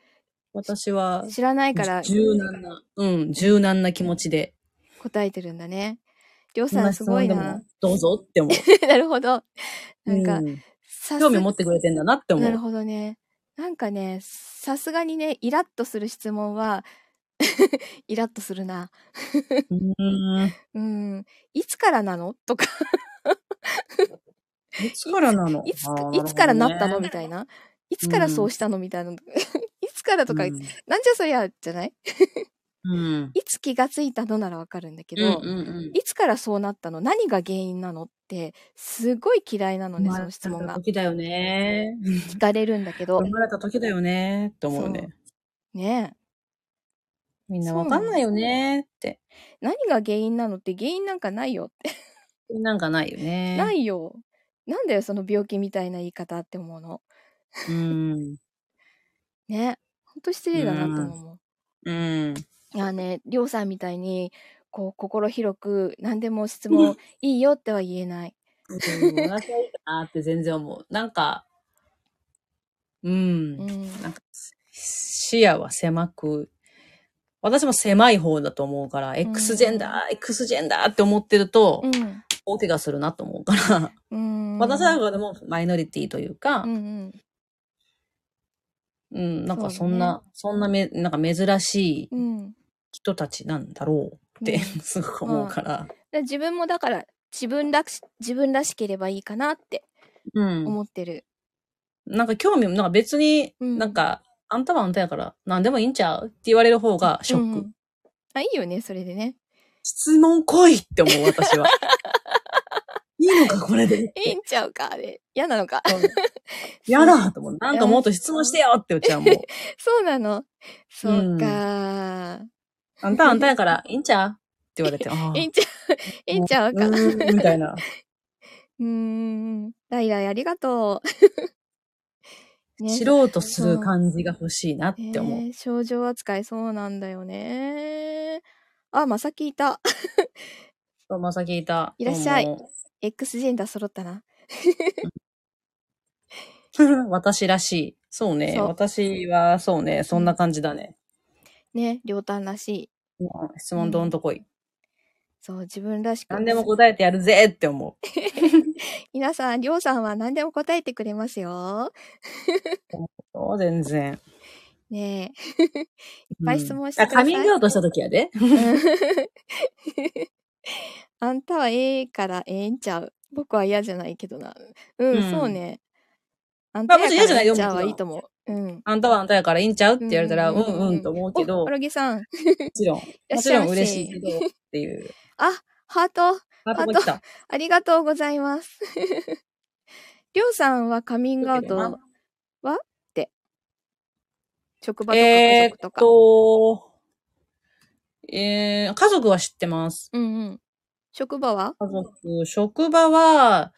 Speaker 2: 私は
Speaker 1: ー、知らないから
Speaker 2: 柔軟な、うん、柔軟な気持ちで、
Speaker 1: 答えてるんだね。りょう
Speaker 2: どん
Speaker 1: さん
Speaker 2: な
Speaker 1: す
Speaker 2: 質
Speaker 1: ご
Speaker 2: 問
Speaker 1: い
Speaker 2: で
Speaker 1: な
Speaker 2: も。どうぞって思
Speaker 1: なるほど。
Speaker 2: う。
Speaker 1: [laughs] なんか、
Speaker 2: う
Speaker 1: さす
Speaker 2: 興味持ってくれてんだなって思
Speaker 1: なる
Speaker 2: う。
Speaker 1: ほどね。なんかね、さすがにね、イラッとする質問は、 [laughs] イラッとするな。
Speaker 2: うん。
Speaker 1: うん。いつからなのとか、
Speaker 2: いつからなの
Speaker 1: いつ
Speaker 2: あー、
Speaker 1: いつからなったの
Speaker 2: る
Speaker 1: みたいな。いつからそうしたのみたいな。い [laughs] つからと
Speaker 2: ほど
Speaker 1: か、
Speaker 2: ね
Speaker 1: なんじゃそりゃ、じゃない
Speaker 2: うん。うん。
Speaker 1: いつ気がついたのならわかるんだけ
Speaker 2: う
Speaker 1: ど、
Speaker 2: んうん
Speaker 1: いつからそうなったの何が原因なのって、すごい嫌いなの
Speaker 2: うん。
Speaker 1: ね、その質問
Speaker 2: 生まれ
Speaker 1: が
Speaker 2: た。時だよね。
Speaker 1: 聞かれるんだけど
Speaker 2: 生、まれた時だよねって思うね。
Speaker 1: ね
Speaker 2: みんなわかんないよねって。
Speaker 1: え何が原因なのって原因なんかないよって。
Speaker 2: なんかないよね。。
Speaker 1: ないいよ。なんだよ、その病気みたいな言い方って思うの。
Speaker 2: うん。
Speaker 1: ねほんと失礼だなと思う、
Speaker 2: うん。
Speaker 1: いやねりょうさんみたいにこう心広く何でも質問いいよっては言えない
Speaker 2: うん、私はいいかなって全然思う。なんか、うん
Speaker 1: う、ん
Speaker 2: なんか、視野は狭く、私も狭い方だと思うから、X ジェンダー、X ジェンダーって思ってると、
Speaker 1: うん
Speaker 2: 大怪我するなと思うから、
Speaker 1: うん。
Speaker 2: 私なんかでもマイノリティというか、
Speaker 1: うんうん。
Speaker 2: うん、なんかそんな、そんなめ、なんか珍しい
Speaker 1: うん。人
Speaker 2: 人たちなんだろうって、 [laughs] すごく思うから。
Speaker 1: で自分もだから自分らし自分らしければいいかなって
Speaker 2: うん。
Speaker 1: 思ってる。
Speaker 2: なんか興味も、なんか別に、
Speaker 1: うん
Speaker 2: なんか、あんたはあんたやから、なんでもいいんちゃうって言われる方がショック。
Speaker 1: うんあいいよねそれでね。
Speaker 2: 質問来いって思う、
Speaker 1: [laughs]
Speaker 2: 私は。いいのか、これで。
Speaker 1: いいんちゃうかあれ嫌なのか。
Speaker 2: やだと思う。なんかもっと質問してよって言っちゃうもん。
Speaker 1: そうなの。そうか、
Speaker 2: あんたはあんたやから、いいんちゃうって言われて。ああ
Speaker 1: [laughs] いいんちゃ
Speaker 2: [laughs]
Speaker 1: ういいんちゃうか。
Speaker 2: う
Speaker 1: う
Speaker 2: ーんみた
Speaker 1: [laughs]
Speaker 2: いな。
Speaker 1: ーん。ライライありが
Speaker 2: [laughs]
Speaker 1: とう。
Speaker 2: 知
Speaker 1: っ
Speaker 2: ろうとする感じが欲しいなって思う。
Speaker 1: 症状扱いそうなんだよね。あまさきいた。 [laughs]
Speaker 2: そう、まさきいた。
Speaker 1: いらっしゃい
Speaker 2: どうも
Speaker 1: X ジェンダー揃ったな。
Speaker 2: [laughs] 私らしい。そうね。
Speaker 1: そう
Speaker 2: 私は、そうね。そんな感じだね。
Speaker 1: ね両端らしい。
Speaker 2: もう質問どんとこい。
Speaker 1: そう自分らしく。
Speaker 2: 何でも答えてやるぜって思う。
Speaker 1: 皆さん、りょうさんは何でも答えてくれますよ。
Speaker 2: そう全然。
Speaker 1: ねえ。いっぱい質問して
Speaker 2: あ
Speaker 1: ください
Speaker 2: カミングアウトした時やで。
Speaker 1: [laughs] あんたはええからええんちゃう。僕は嫌じゃないけどな。うん、
Speaker 2: うん
Speaker 1: そうね。あん
Speaker 2: ま
Speaker 1: た
Speaker 2: あ
Speaker 1: や
Speaker 2: 別に
Speaker 1: か
Speaker 2: 嫌じゃ
Speaker 1: ら
Speaker 2: ない
Speaker 1: ええ
Speaker 2: よ
Speaker 1: んちゃうはいいと思う。うん。
Speaker 2: あんたはあんたやからいいんちゃうって言われたら、
Speaker 1: う
Speaker 2: うんんうんと思うけど、
Speaker 1: お、
Speaker 2: も
Speaker 1: ロギさん。
Speaker 2: ちろん。
Speaker 1: らっ
Speaker 2: も
Speaker 1: し
Speaker 2: ち
Speaker 1: ゃい
Speaker 2: ろ
Speaker 1: ませ
Speaker 2: ん嬉しいけどっていう。
Speaker 1: あ、ハート、
Speaker 2: あとこ来た。
Speaker 1: ありがとうございます。 [laughs] りょうさんはカミングアウトはって。職場とか家
Speaker 2: えー
Speaker 1: 族
Speaker 2: っ
Speaker 1: とか。
Speaker 2: と、えー、家族は知ってます。
Speaker 1: うんうん。職場は
Speaker 2: 家族、職場は、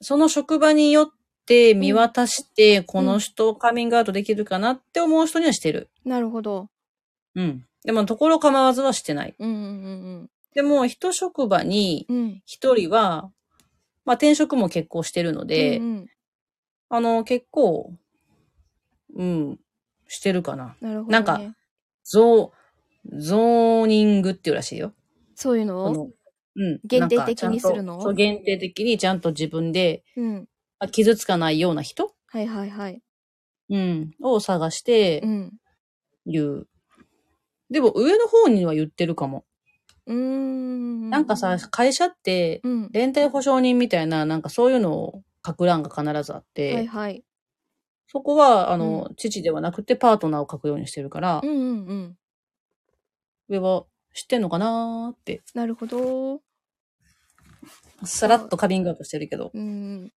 Speaker 2: その職場によって見渡して、この人をカミングアウトできるかなって思う人にはしてる。
Speaker 1: なるほど。
Speaker 2: うん。でも、ところ構わずはしてない。
Speaker 1: うんうん
Speaker 2: でも、一職場に
Speaker 1: うんうん。うん。
Speaker 2: 一人は、まあ、転職も結構してるので、
Speaker 1: うんうん
Speaker 2: あの、結構、うん、してるかな。
Speaker 1: なるほど、ね。
Speaker 2: なんかゾー、ゾーニングっていうらしいよ。
Speaker 1: そういうの
Speaker 2: そ
Speaker 1: を
Speaker 2: のうん。
Speaker 1: 限定
Speaker 2: なんかちゃんと
Speaker 1: 的にするの
Speaker 2: そう、限定的にちゃんと自分で
Speaker 1: うん。
Speaker 2: あ傷つかないような人
Speaker 1: はいはいはい。
Speaker 2: うん。を探して
Speaker 1: うん。
Speaker 2: 言う。でも上の方には言ってるかも。
Speaker 1: うーん。
Speaker 2: なんかさ、会社って、
Speaker 1: うん。
Speaker 2: 連帯保証人みたいな、なんかそういうのを書く欄が必ずあって、
Speaker 1: はいはい。
Speaker 2: そこは、あの、父ではなくてパートナーを書くようにしてるから、
Speaker 1: うんうんうん。
Speaker 2: 上は知ってんのかなーって、
Speaker 1: なるほど。
Speaker 2: さらっとカミングアウトしてるけど。
Speaker 1: うん。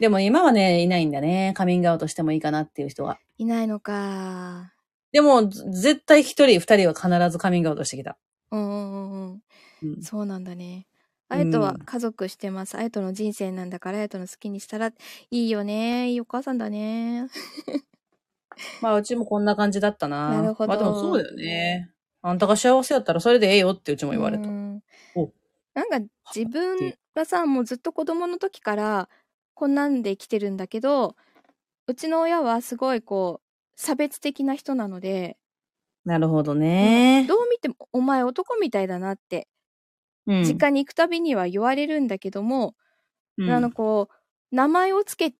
Speaker 2: でも今はね、いないんだね。カミングアウトしてもいいかなっていう人が。
Speaker 1: いないのか。
Speaker 2: でも、ず絶対一人、二人は必ずカミングアウトしてきた。
Speaker 1: うんうんうん [laughs]
Speaker 2: うん
Speaker 1: うん。そうなんだね。あやとは
Speaker 2: うん
Speaker 1: 家族してます。あやとの人生なんだから、あやとの好きにしたらいいよね。いいお母さんだね。
Speaker 2: まあ、うちもこんな感じだったな。
Speaker 1: なるほど
Speaker 2: まあ、でもそうだよね。あんたが幸せやったらそれでええよってうちも言われた。
Speaker 1: うん
Speaker 2: お
Speaker 1: なんか自分はさもうずっと子供の時からこんなんで来てるんだけどうちの親はすごいこう差別的な人なので
Speaker 2: なるほどね。
Speaker 1: [laughs] どう見てもお前男みたいだなって
Speaker 2: うん
Speaker 1: 実家に行くたびには言われるんだけども、
Speaker 2: うん
Speaker 1: あの [laughs] こう名前をつけ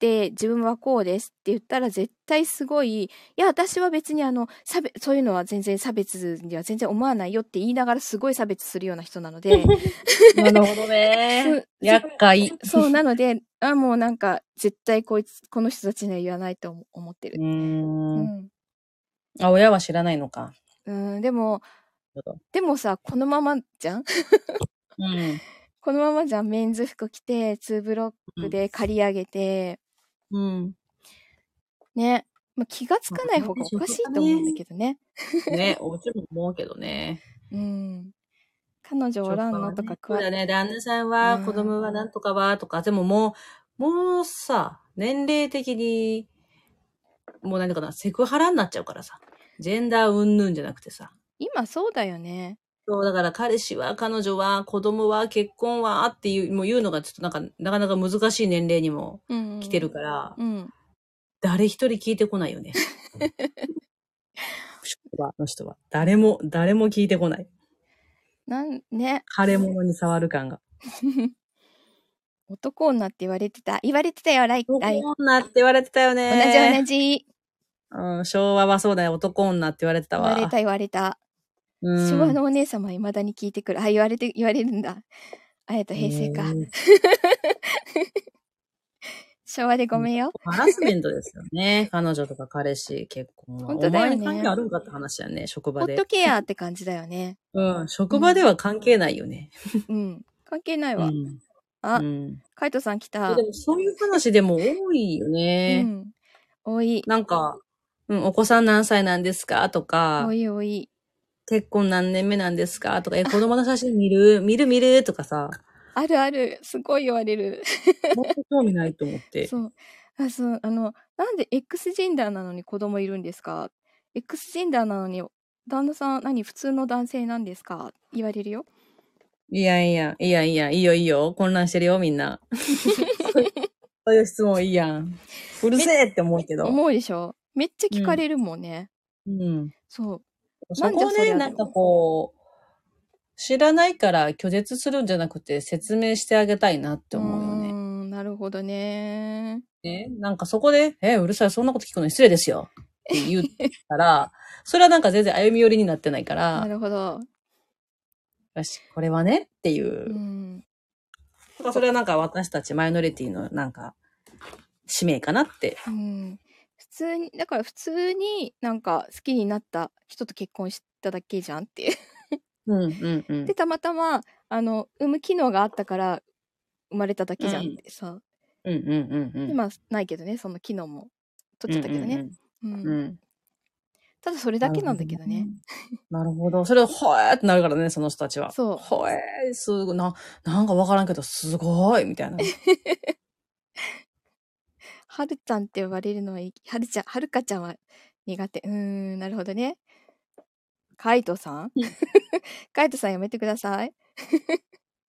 Speaker 1: て自分はこうですって言ったら絶対すごいいや私は別にあの差別そういうのは全然差別には全然思わないよって言いながらすごい差別するような人なので。
Speaker 2: [laughs] なるほ
Speaker 1: [laughs]
Speaker 2: どね。
Speaker 1: うん
Speaker 2: 厄介。
Speaker 1: そうなので、あもうなんか絶対こいつこの人たちには言わないと思思って
Speaker 2: う
Speaker 1: る。 [laughs] う
Speaker 2: ーん。
Speaker 1: ん、
Speaker 2: あ、親は知らないのか。
Speaker 1: うん、でもでもさこのままじゃん
Speaker 2: うん。
Speaker 1: このままじゃんメンズ服着てツーブロックで刈り上げて、
Speaker 2: うん。
Speaker 1: ね、まあ、気がつかない方がおかしいと思うんだけどね。
Speaker 2: ね、うちも思うけ
Speaker 1: [laughs]
Speaker 2: どね。
Speaker 1: うん、彼女おらんのとか
Speaker 2: そう
Speaker 1: わ
Speaker 2: だね、旦那さん
Speaker 1: う
Speaker 2: は、
Speaker 1: ん
Speaker 2: 子供はなんとかは、とか、でももう、もうさ、年齢的に、もう何だかな、セクハラになっちゃうからさ。ジェンダーうんぬんじゃなくてさ。
Speaker 1: 今そうだよね。
Speaker 2: そう、だから彼氏は、彼女は、子供は、結婚は、っていう、もう言うのがちょっとなんか、なかなか難しい年齢にも
Speaker 1: うん、
Speaker 2: 来てるから、
Speaker 1: うん、
Speaker 2: 誰一人聞いてこないよね。 [laughs] 職場の人は。誰も、誰も聞いてこない。
Speaker 1: なんね
Speaker 2: 腫れ物に触る感が。
Speaker 1: 男女って言われてた。言われてたよ、ライ、ライ。
Speaker 2: 男女って言われてたよ
Speaker 1: 同じ
Speaker 2: ね。
Speaker 1: 同じ。
Speaker 2: うん、昭和はそうだよ、男女って言われてた
Speaker 1: 言
Speaker 2: わ。
Speaker 1: われた言われた。
Speaker 2: うん
Speaker 1: 昭和のお姉様いまだに聞いてくる。あ、言われて、言われるんだ。あやと平成か
Speaker 2: う。ん
Speaker 1: 昭和でごめんよ。
Speaker 2: ハラスメントですよね。 [laughs] 彼女とか彼氏、結婚は。
Speaker 1: 本当だよね
Speaker 2: お前に関係あるんかって話やね、職
Speaker 1: ホ
Speaker 2: 場
Speaker 1: ッ
Speaker 2: で
Speaker 1: ト。ケアって感じだよね。
Speaker 2: うん、職場では関係ないよね。
Speaker 1: うん。関係ないうわ。
Speaker 2: ん。
Speaker 1: あ
Speaker 2: う、ん
Speaker 1: カイトさん来た。
Speaker 2: でもそういう話でも多いよ
Speaker 1: う
Speaker 2: ね。
Speaker 1: ん。多い。
Speaker 2: なんか、うん、お子さん何歳なんですかとか
Speaker 1: 多、い多い。
Speaker 2: 結婚何年目なんですかとか、え、子供の写真見る見る見るとか
Speaker 1: [laughs]
Speaker 2: さ、
Speaker 1: あるある。すごい言われる。
Speaker 2: もっと興味ないと思っ
Speaker 1: [laughs]
Speaker 2: て。
Speaker 1: そう。あ、そう。あの、なんで X ジェンダーなのに子供いるんですか ?X ジェンダーなのに、旦那さん、何、普通の男性なんですか言われるよ。
Speaker 2: いやいや、いやいや、いいよいいよ、混乱してるよ、み
Speaker 1: [laughs]
Speaker 2: んな。そういう質問いいやん。うるせえって思うけど。
Speaker 1: 思うでしょめっちゃ聞かれるもんね。
Speaker 2: うん。
Speaker 1: そう。
Speaker 2: そ
Speaker 1: なん
Speaker 2: こを
Speaker 1: じゃそりゃ
Speaker 2: ね、なんかこう、知らないから拒絶するんじゃなくて説明してあげたいなって思う
Speaker 1: ー
Speaker 2: よね。
Speaker 1: ん、なるほどね。
Speaker 2: ねなんかそこで、え、うるさい、そんなこと聞くの失礼ですよって言った
Speaker 1: [laughs]
Speaker 2: ら、それはなんか全然歩み寄りになってないか
Speaker 1: な
Speaker 2: ら、
Speaker 1: るほど。
Speaker 2: よし、これはねっていうう。
Speaker 1: ん。
Speaker 2: だからそれはなんか私たちマイノリティのなんか、使命かなって。
Speaker 1: うん。普通に、だから普通になんか好きになった人と結婚しただけじゃんっていう。
Speaker 2: うんうんうん
Speaker 1: で、。たまたま、あの、産む機能があったから生まれただけじゃんってさ。
Speaker 2: うんうんうんうん。
Speaker 1: 今ないけどねその機能も取っちゃったけどね、うん
Speaker 2: うんうんうん。うん
Speaker 1: ただそれだけなんだけどね。
Speaker 2: なるほど。それを、ほえーってなるからね、その人たちは。
Speaker 1: そう
Speaker 2: ほえー、すごい、な、なんかわからんけど、すごい、
Speaker 1: [laughs]
Speaker 2: みたいな。
Speaker 1: はるちゃんって呼ばれるのはいいはるちゃんはるかちゃんは苦手うーんなるほどねカイトさん [laughs] カイトさんやめてください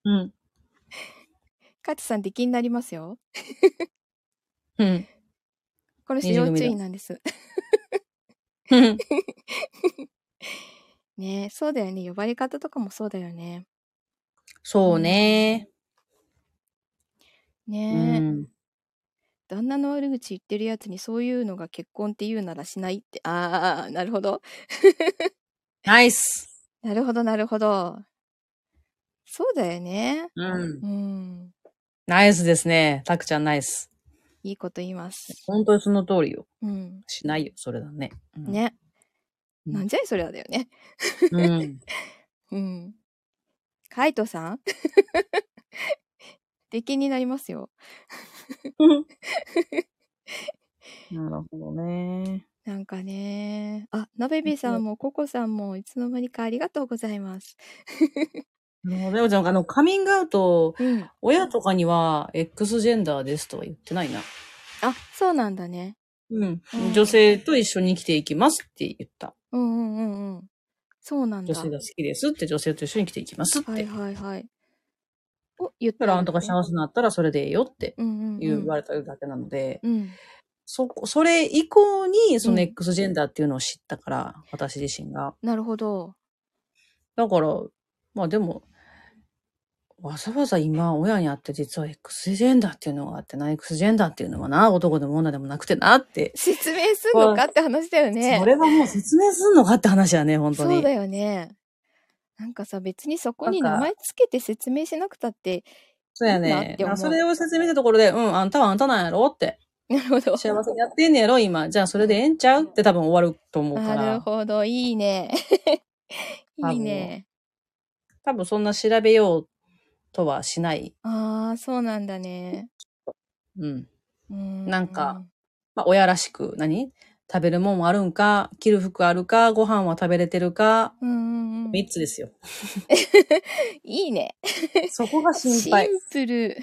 Speaker 2: うん。
Speaker 1: カイトさん出禁になりますよ
Speaker 2: うん。
Speaker 1: この人
Speaker 2: 二次
Speaker 1: 要
Speaker 2: 組だ
Speaker 1: 注意なんです
Speaker 2: うん
Speaker 1: ねえそうだよね呼ばれ方とかもそうだよね
Speaker 2: そうね。う
Speaker 1: ねえ、
Speaker 2: ん。
Speaker 1: 旦那の悪口言ってるやつにそういうのが結婚って言うならしないってああなるほど
Speaker 2: ナイス。
Speaker 1: なるほどなるほどそうだよね
Speaker 2: うん。
Speaker 1: うん
Speaker 2: ナイスですね。たくちゃんナイス。
Speaker 1: いいこと言います。
Speaker 2: 本当にその通りよ。
Speaker 1: うん。
Speaker 2: しないよ、それだね。うん。
Speaker 1: ね。
Speaker 2: うん
Speaker 1: なんじゃいそりゃだよね。 [laughs]
Speaker 2: うん。
Speaker 1: うん。カイトさん [laughs] 出禁になりますよ。
Speaker 2: なるほどね。
Speaker 1: なんかね。あ、のべびさんもココさんもいつの間にかありがとうございます。
Speaker 2: もう、レオちゃん、あの、カミングアウト、
Speaker 1: うん。
Speaker 2: 親とかには、X ジェンダーですとは言ってないな。
Speaker 1: あ、そうなんだね。
Speaker 2: うん
Speaker 1: うん。
Speaker 2: 女性と一緒に生きていきますって言った。
Speaker 1: うんうんうんうん。そうなんだ。
Speaker 2: 女性が好きですって、女性と一緒に生きていきますって。
Speaker 1: はいはいはい。お、言っ
Speaker 2: だ
Speaker 1: た
Speaker 2: から、
Speaker 1: だね
Speaker 2: あんたが幸せになったらそれでええよって
Speaker 1: うんうん、うん。
Speaker 2: 言われただけなので、
Speaker 1: うん。
Speaker 2: そこ、それ以降に、そうの
Speaker 1: ん
Speaker 2: X ジェンダーっていうのを知ったから、私自身が。
Speaker 1: なるほど。
Speaker 2: だから、まあでも、わざわざ今、親に会って実は X ジェンダーっていうのがあってな、X ジェンダーっていうのはな、男でも女でもなくてなって。
Speaker 1: 説明すんのかって話だよね。
Speaker 2: それはもう説明すんのかって話やね、本当に。
Speaker 1: そうだよね。なんかさ、別にそこに
Speaker 2: なん
Speaker 1: 名
Speaker 2: か
Speaker 1: 前つけて説明しなくたって、
Speaker 2: そうや
Speaker 1: いいなっ
Speaker 2: ね
Speaker 1: て。思う
Speaker 2: それを説明したところで、うん、あんたはあんたなんやろって。
Speaker 1: なるほど。
Speaker 2: 幸せにやってんねやろ、今。じゃあそれでええんちゃうって多分終わると思うか
Speaker 1: なる
Speaker 2: ら。
Speaker 1: ほど、いいね。
Speaker 2: [laughs] 多分
Speaker 1: いいね。
Speaker 2: 多分そんな調べようとはしない。
Speaker 1: ああ、そうなんだね。
Speaker 2: うん。
Speaker 1: うーん
Speaker 2: なんか、まあ、親らしく、何食べるもんあるんか、着る服あるか、ご飯は食べれてるか、
Speaker 1: うんうんうん、い
Speaker 2: 3つ
Speaker 1: [laughs]
Speaker 2: ですよ。
Speaker 1: いね。
Speaker 2: そこが
Speaker 1: シン [laughs]
Speaker 2: 心配。
Speaker 1: プル。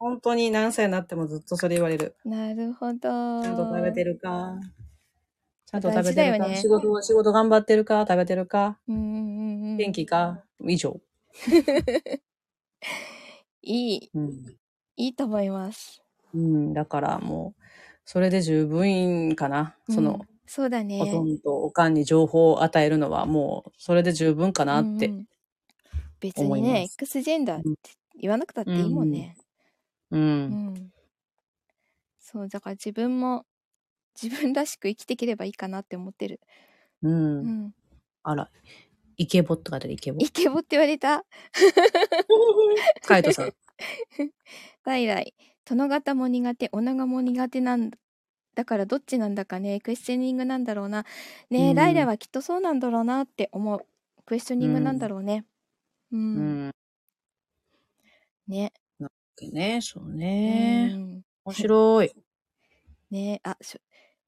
Speaker 2: 本当に何歳になってもずっとそれ言われる。
Speaker 1: なるほど。
Speaker 2: ちゃんと食べてるか。ちゃんと食
Speaker 1: 大事
Speaker 2: べ
Speaker 1: だ
Speaker 2: て
Speaker 1: よ
Speaker 2: るか。
Speaker 1: ね
Speaker 2: 仕事、仕事頑張ってるか、食べてるか、
Speaker 1: うんうんうんうん。
Speaker 2: 元気か、以上。
Speaker 1: いい、
Speaker 2: うん。
Speaker 1: いいと思います。
Speaker 2: うん、だからもう、それで十分かな。そ
Speaker 1: うん
Speaker 2: の、
Speaker 1: そうだね。
Speaker 2: ほとんどおかんに情報を与えるのはもう、それで十分かなって
Speaker 1: うんうん別
Speaker 2: 思
Speaker 1: に
Speaker 2: い
Speaker 1: ね
Speaker 2: ます
Speaker 1: X ジェンダーって言わなくたっていいもんね、
Speaker 2: う。
Speaker 1: うんん、そうだから自分も [laughs] 自分らしく生きていければいいかなって思ってる、
Speaker 2: う。
Speaker 1: うんん、
Speaker 2: あら、イケボって書いてあるイケボ。
Speaker 1: イケボって言われた
Speaker 2: カイトさん。
Speaker 1: 外来殿方も苦手女がも苦手なんだからどっちなんだかねクエスチョニングなんだろうなねえ、
Speaker 2: うん
Speaker 1: ライラはきっとそうなんだろうなって思うクエスチョニングなんだろうねうん、
Speaker 2: うん。
Speaker 1: ね
Speaker 2: ね、そう
Speaker 1: え
Speaker 2: ね。面白い。
Speaker 1: ねえあし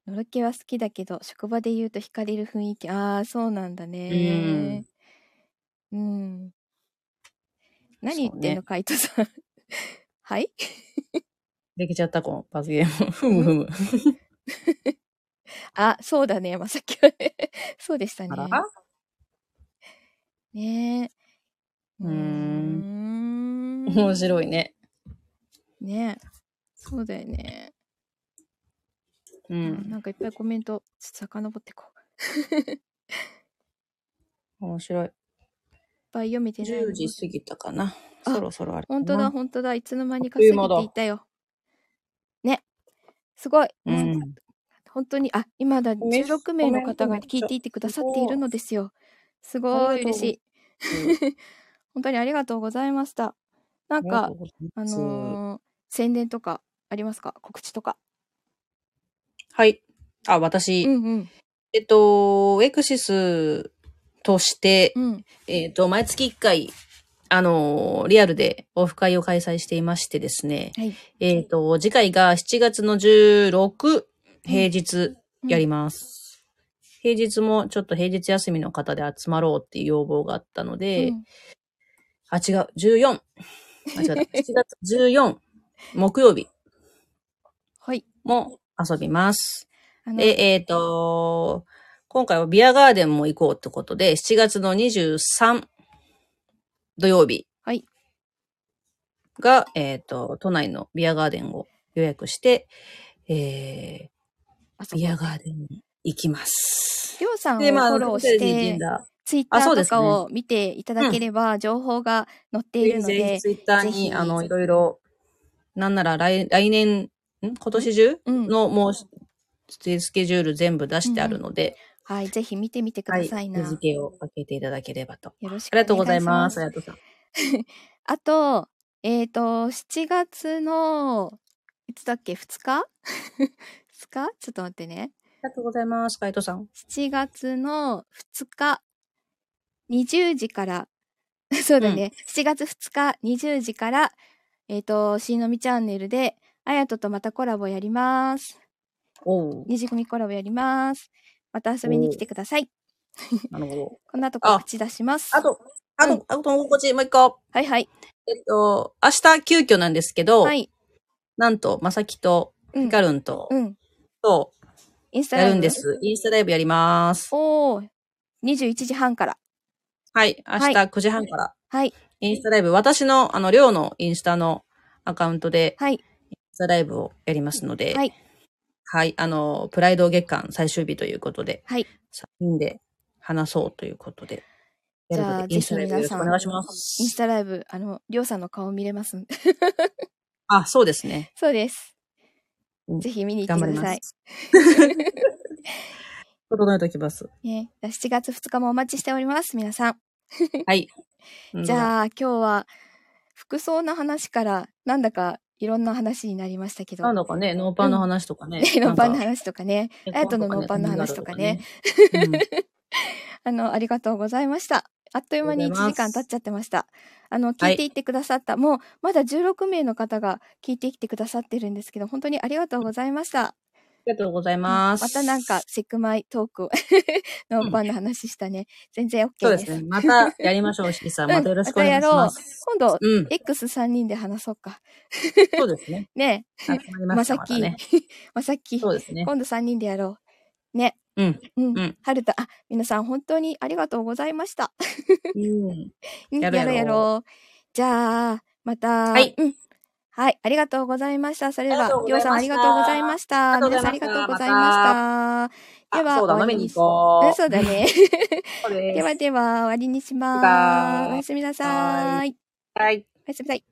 Speaker 1: ょのろけは好きだけど職場で言うと惹かれる雰囲気ああそうなんだねうん、何言ってん
Speaker 2: そ
Speaker 1: の
Speaker 2: うね
Speaker 1: カイトさん [laughs] はい
Speaker 2: できちゃった、この罰ゲ
Speaker 1: [laughs]
Speaker 2: ーム。ふむふむ。
Speaker 1: あそうだねまさきはね [laughs] そうでしたね
Speaker 2: あら
Speaker 1: ねえ。
Speaker 2: うー
Speaker 1: ん
Speaker 2: 面
Speaker 1: い。
Speaker 2: 白いね。
Speaker 1: ねえ。そうだよね。う
Speaker 2: う。
Speaker 1: んなんかいっぱいコメント、ちょっと遡ってこう。いっ
Speaker 2: 面白い。
Speaker 1: ぱい読めてない。
Speaker 2: 10時過ぎたかな。
Speaker 1: あ
Speaker 2: そろそろあれかな。
Speaker 1: 本当だ、本当だ。いつの間にか
Speaker 2: あ
Speaker 1: 過
Speaker 2: っ
Speaker 1: ぎ
Speaker 2: という間だ
Speaker 1: ていたよ。ね。すごい。
Speaker 2: うん。
Speaker 1: 本当に、あ、今だ、
Speaker 2: コメント
Speaker 1: 16名の方が
Speaker 2: コメント
Speaker 1: 聞いていてくださっているのですよ。すご
Speaker 2: あ
Speaker 1: い
Speaker 2: りがと
Speaker 1: 嬉
Speaker 2: う
Speaker 1: しい。本当にありがとうございました。なん
Speaker 2: ありが
Speaker 1: か
Speaker 2: とう、ござい
Speaker 1: あ
Speaker 2: ます
Speaker 1: のー宣伝とかありますか告知とか。
Speaker 2: はい。あ、私、
Speaker 1: うんうん。
Speaker 2: えっと、エクシスとして、
Speaker 1: うん。
Speaker 2: えっと、毎月1回、あのーリアルでオフ会を開催していましてですね、
Speaker 1: はい。
Speaker 2: えっと、次回が7月の16、平日やります。平日もちょっと平日休みの方で集まろうっていう要望があったので、
Speaker 1: うん
Speaker 2: あ、違う、14。あ、違う、7月14、木曜日
Speaker 1: はい。
Speaker 2: も遊びます。
Speaker 1: あの、
Speaker 2: で、えっ、と、今回はビアガーデンも行こうってことで、7月の23土曜日
Speaker 1: はい
Speaker 2: が、えっ、と、都内のビアガーデンを予約して、え
Speaker 1: あそこ
Speaker 2: ー、ビアガーデンに行きます。
Speaker 1: りょうさんをフ
Speaker 2: で、まあ、
Speaker 1: ォロー
Speaker 2: ホ
Speaker 1: し
Speaker 2: テルに行
Speaker 1: て
Speaker 2: くん、だ
Speaker 1: ツイッター
Speaker 2: あそう
Speaker 1: と
Speaker 2: です
Speaker 1: か
Speaker 2: ね
Speaker 1: を見ていただければ、情報が載っているの
Speaker 2: ぜひぜ
Speaker 1: で
Speaker 2: ひ、ツイッター
Speaker 1: ぜひ
Speaker 2: に、あの、いろいろ、なんなら来来年、ん今年中
Speaker 1: うん
Speaker 2: の、もう、スケジュール全部出してあるので、
Speaker 1: はい、ぜひ見てみてくださいな。
Speaker 2: 日付を開けていただければと。
Speaker 1: よろしく
Speaker 2: あ
Speaker 1: お願いします。
Speaker 2: りがとうございます。ありがとうさん。
Speaker 1: あと、えっ、と、7月の、いつだっけ、2日 [laughs] ?2 日ちょっと待ってね。
Speaker 2: ありがとうございます。カイトさん。
Speaker 1: 7月の2日、20時から、 [laughs] そうだね、7月2日、20時から、えっ、と、しのみチャンネルで、あやととまたコラボやります。
Speaker 2: おう。
Speaker 1: 二次組コラボやります。また遊びに来てください。
Speaker 2: なるほど。
Speaker 1: この後告知出します。
Speaker 2: あと、あと、
Speaker 1: うん
Speaker 2: あと、こっち、もう一個。
Speaker 1: はいはい。
Speaker 2: えっと、明日、急遽なんですけど、
Speaker 1: はい。
Speaker 2: なんと、まさきと、
Speaker 1: うん
Speaker 2: ヒカルンと、
Speaker 1: うん。
Speaker 2: と、
Speaker 1: インスタライ
Speaker 2: や
Speaker 1: ブ
Speaker 2: るんで。す。インスタライブやります。
Speaker 1: おー。21時半から。
Speaker 2: はい。明日、
Speaker 1: は
Speaker 2: 9時半から、
Speaker 1: はい。
Speaker 2: インスタライブ、私の、あの、りょうのインスタのアカウントで、
Speaker 1: はい。
Speaker 2: インスタライブをやりますので、
Speaker 1: はい。
Speaker 2: はい。あの、プライド月間最終日ということで、
Speaker 1: はい。
Speaker 2: 3人で話そうということで、やる
Speaker 1: じゃあ
Speaker 2: ので、インスタライブよろしくお願いしま
Speaker 1: インス
Speaker 2: す。
Speaker 1: タライブ、あの、りょうさんの顔見れますんで。 [laughs]
Speaker 2: あ、そうですね。
Speaker 1: そうです
Speaker 2: う。ん
Speaker 1: ぜひ見に行っ
Speaker 2: 頑
Speaker 1: てく
Speaker 2: 張り
Speaker 1: だ
Speaker 2: ま
Speaker 1: さい。 [laughs]
Speaker 2: す。整えておきます。
Speaker 1: ね、7月2日もお待ちしております、皆さん。
Speaker 2: はい。
Speaker 1: じゃあ、今日は、服装の話から、なんだかいろんな話になりましたけ
Speaker 2: うん、
Speaker 1: ど [laughs]
Speaker 2: なん、だかね、ノーパンの話とかね。
Speaker 1: ノーパンの
Speaker 2: なんか
Speaker 1: 話とかね、あやとのノーパンの話とかね。 [laughs]
Speaker 2: うん
Speaker 1: あの、ありがとうございました。あっという間に
Speaker 2: あ
Speaker 1: 1
Speaker 2: りがと
Speaker 1: 時
Speaker 2: うござい
Speaker 1: 間
Speaker 2: ます
Speaker 1: 経っちゃってました。あの、
Speaker 2: は
Speaker 1: 聞
Speaker 2: い
Speaker 1: いていってくださった、もう、まだ16名の方が聞いてきてくださってるんですけど、本当にありがとうございました。
Speaker 2: ありがとうござい
Speaker 1: ま
Speaker 2: ます。
Speaker 1: たなんか、、セクマイトークを [laughs] ノーパンの話したね。全然 OK
Speaker 2: そうで
Speaker 1: です。
Speaker 2: すね。またやりましょう、しきさん。またよろしくお願いします。
Speaker 1: 今度、
Speaker 2: うん、
Speaker 1: X3 人で話そうか。
Speaker 2: そうですね。
Speaker 1: ね
Speaker 2: 集まり
Speaker 1: え、[laughs]
Speaker 2: ま
Speaker 1: ま
Speaker 2: した
Speaker 1: さ
Speaker 2: また
Speaker 1: き、
Speaker 2: ね。
Speaker 1: [laughs] まさき、
Speaker 2: そうですね。
Speaker 1: 今度3人でやろう。ね。
Speaker 2: うん。
Speaker 1: うん。
Speaker 2: うん
Speaker 1: はるた、あ、皆さん本当にありがとうございました。
Speaker 2: うん
Speaker 1: うん [laughs]
Speaker 2: やろうや
Speaker 1: やろ
Speaker 2: ろう
Speaker 1: うやろうじゃあ、また、
Speaker 2: はい
Speaker 1: うんはい、ありがとうございました。それで
Speaker 2: ありがとう
Speaker 1: は、
Speaker 2: ご
Speaker 1: りょ
Speaker 2: ざ
Speaker 1: う
Speaker 2: い
Speaker 1: さん
Speaker 2: ま
Speaker 1: あ
Speaker 2: し
Speaker 1: り
Speaker 2: た
Speaker 1: がとうございました。
Speaker 2: ありがとうご
Speaker 1: 皆
Speaker 2: ざ
Speaker 1: さんあり
Speaker 2: いました
Speaker 1: がとうございました。で
Speaker 2: あ
Speaker 1: は、
Speaker 2: そうだ、
Speaker 1: 終わ
Speaker 2: 飲み
Speaker 1: り
Speaker 2: に
Speaker 1: に
Speaker 2: 行こ
Speaker 1: うん
Speaker 2: う。
Speaker 1: そうだね。
Speaker 2: そうです
Speaker 1: ではでは、終わりにし
Speaker 2: バイ
Speaker 1: ま
Speaker 2: バイ
Speaker 1: す。おやすみな
Speaker 2: は
Speaker 1: さ
Speaker 2: ー
Speaker 1: い。
Speaker 2: はい。
Speaker 1: おやすみなさい。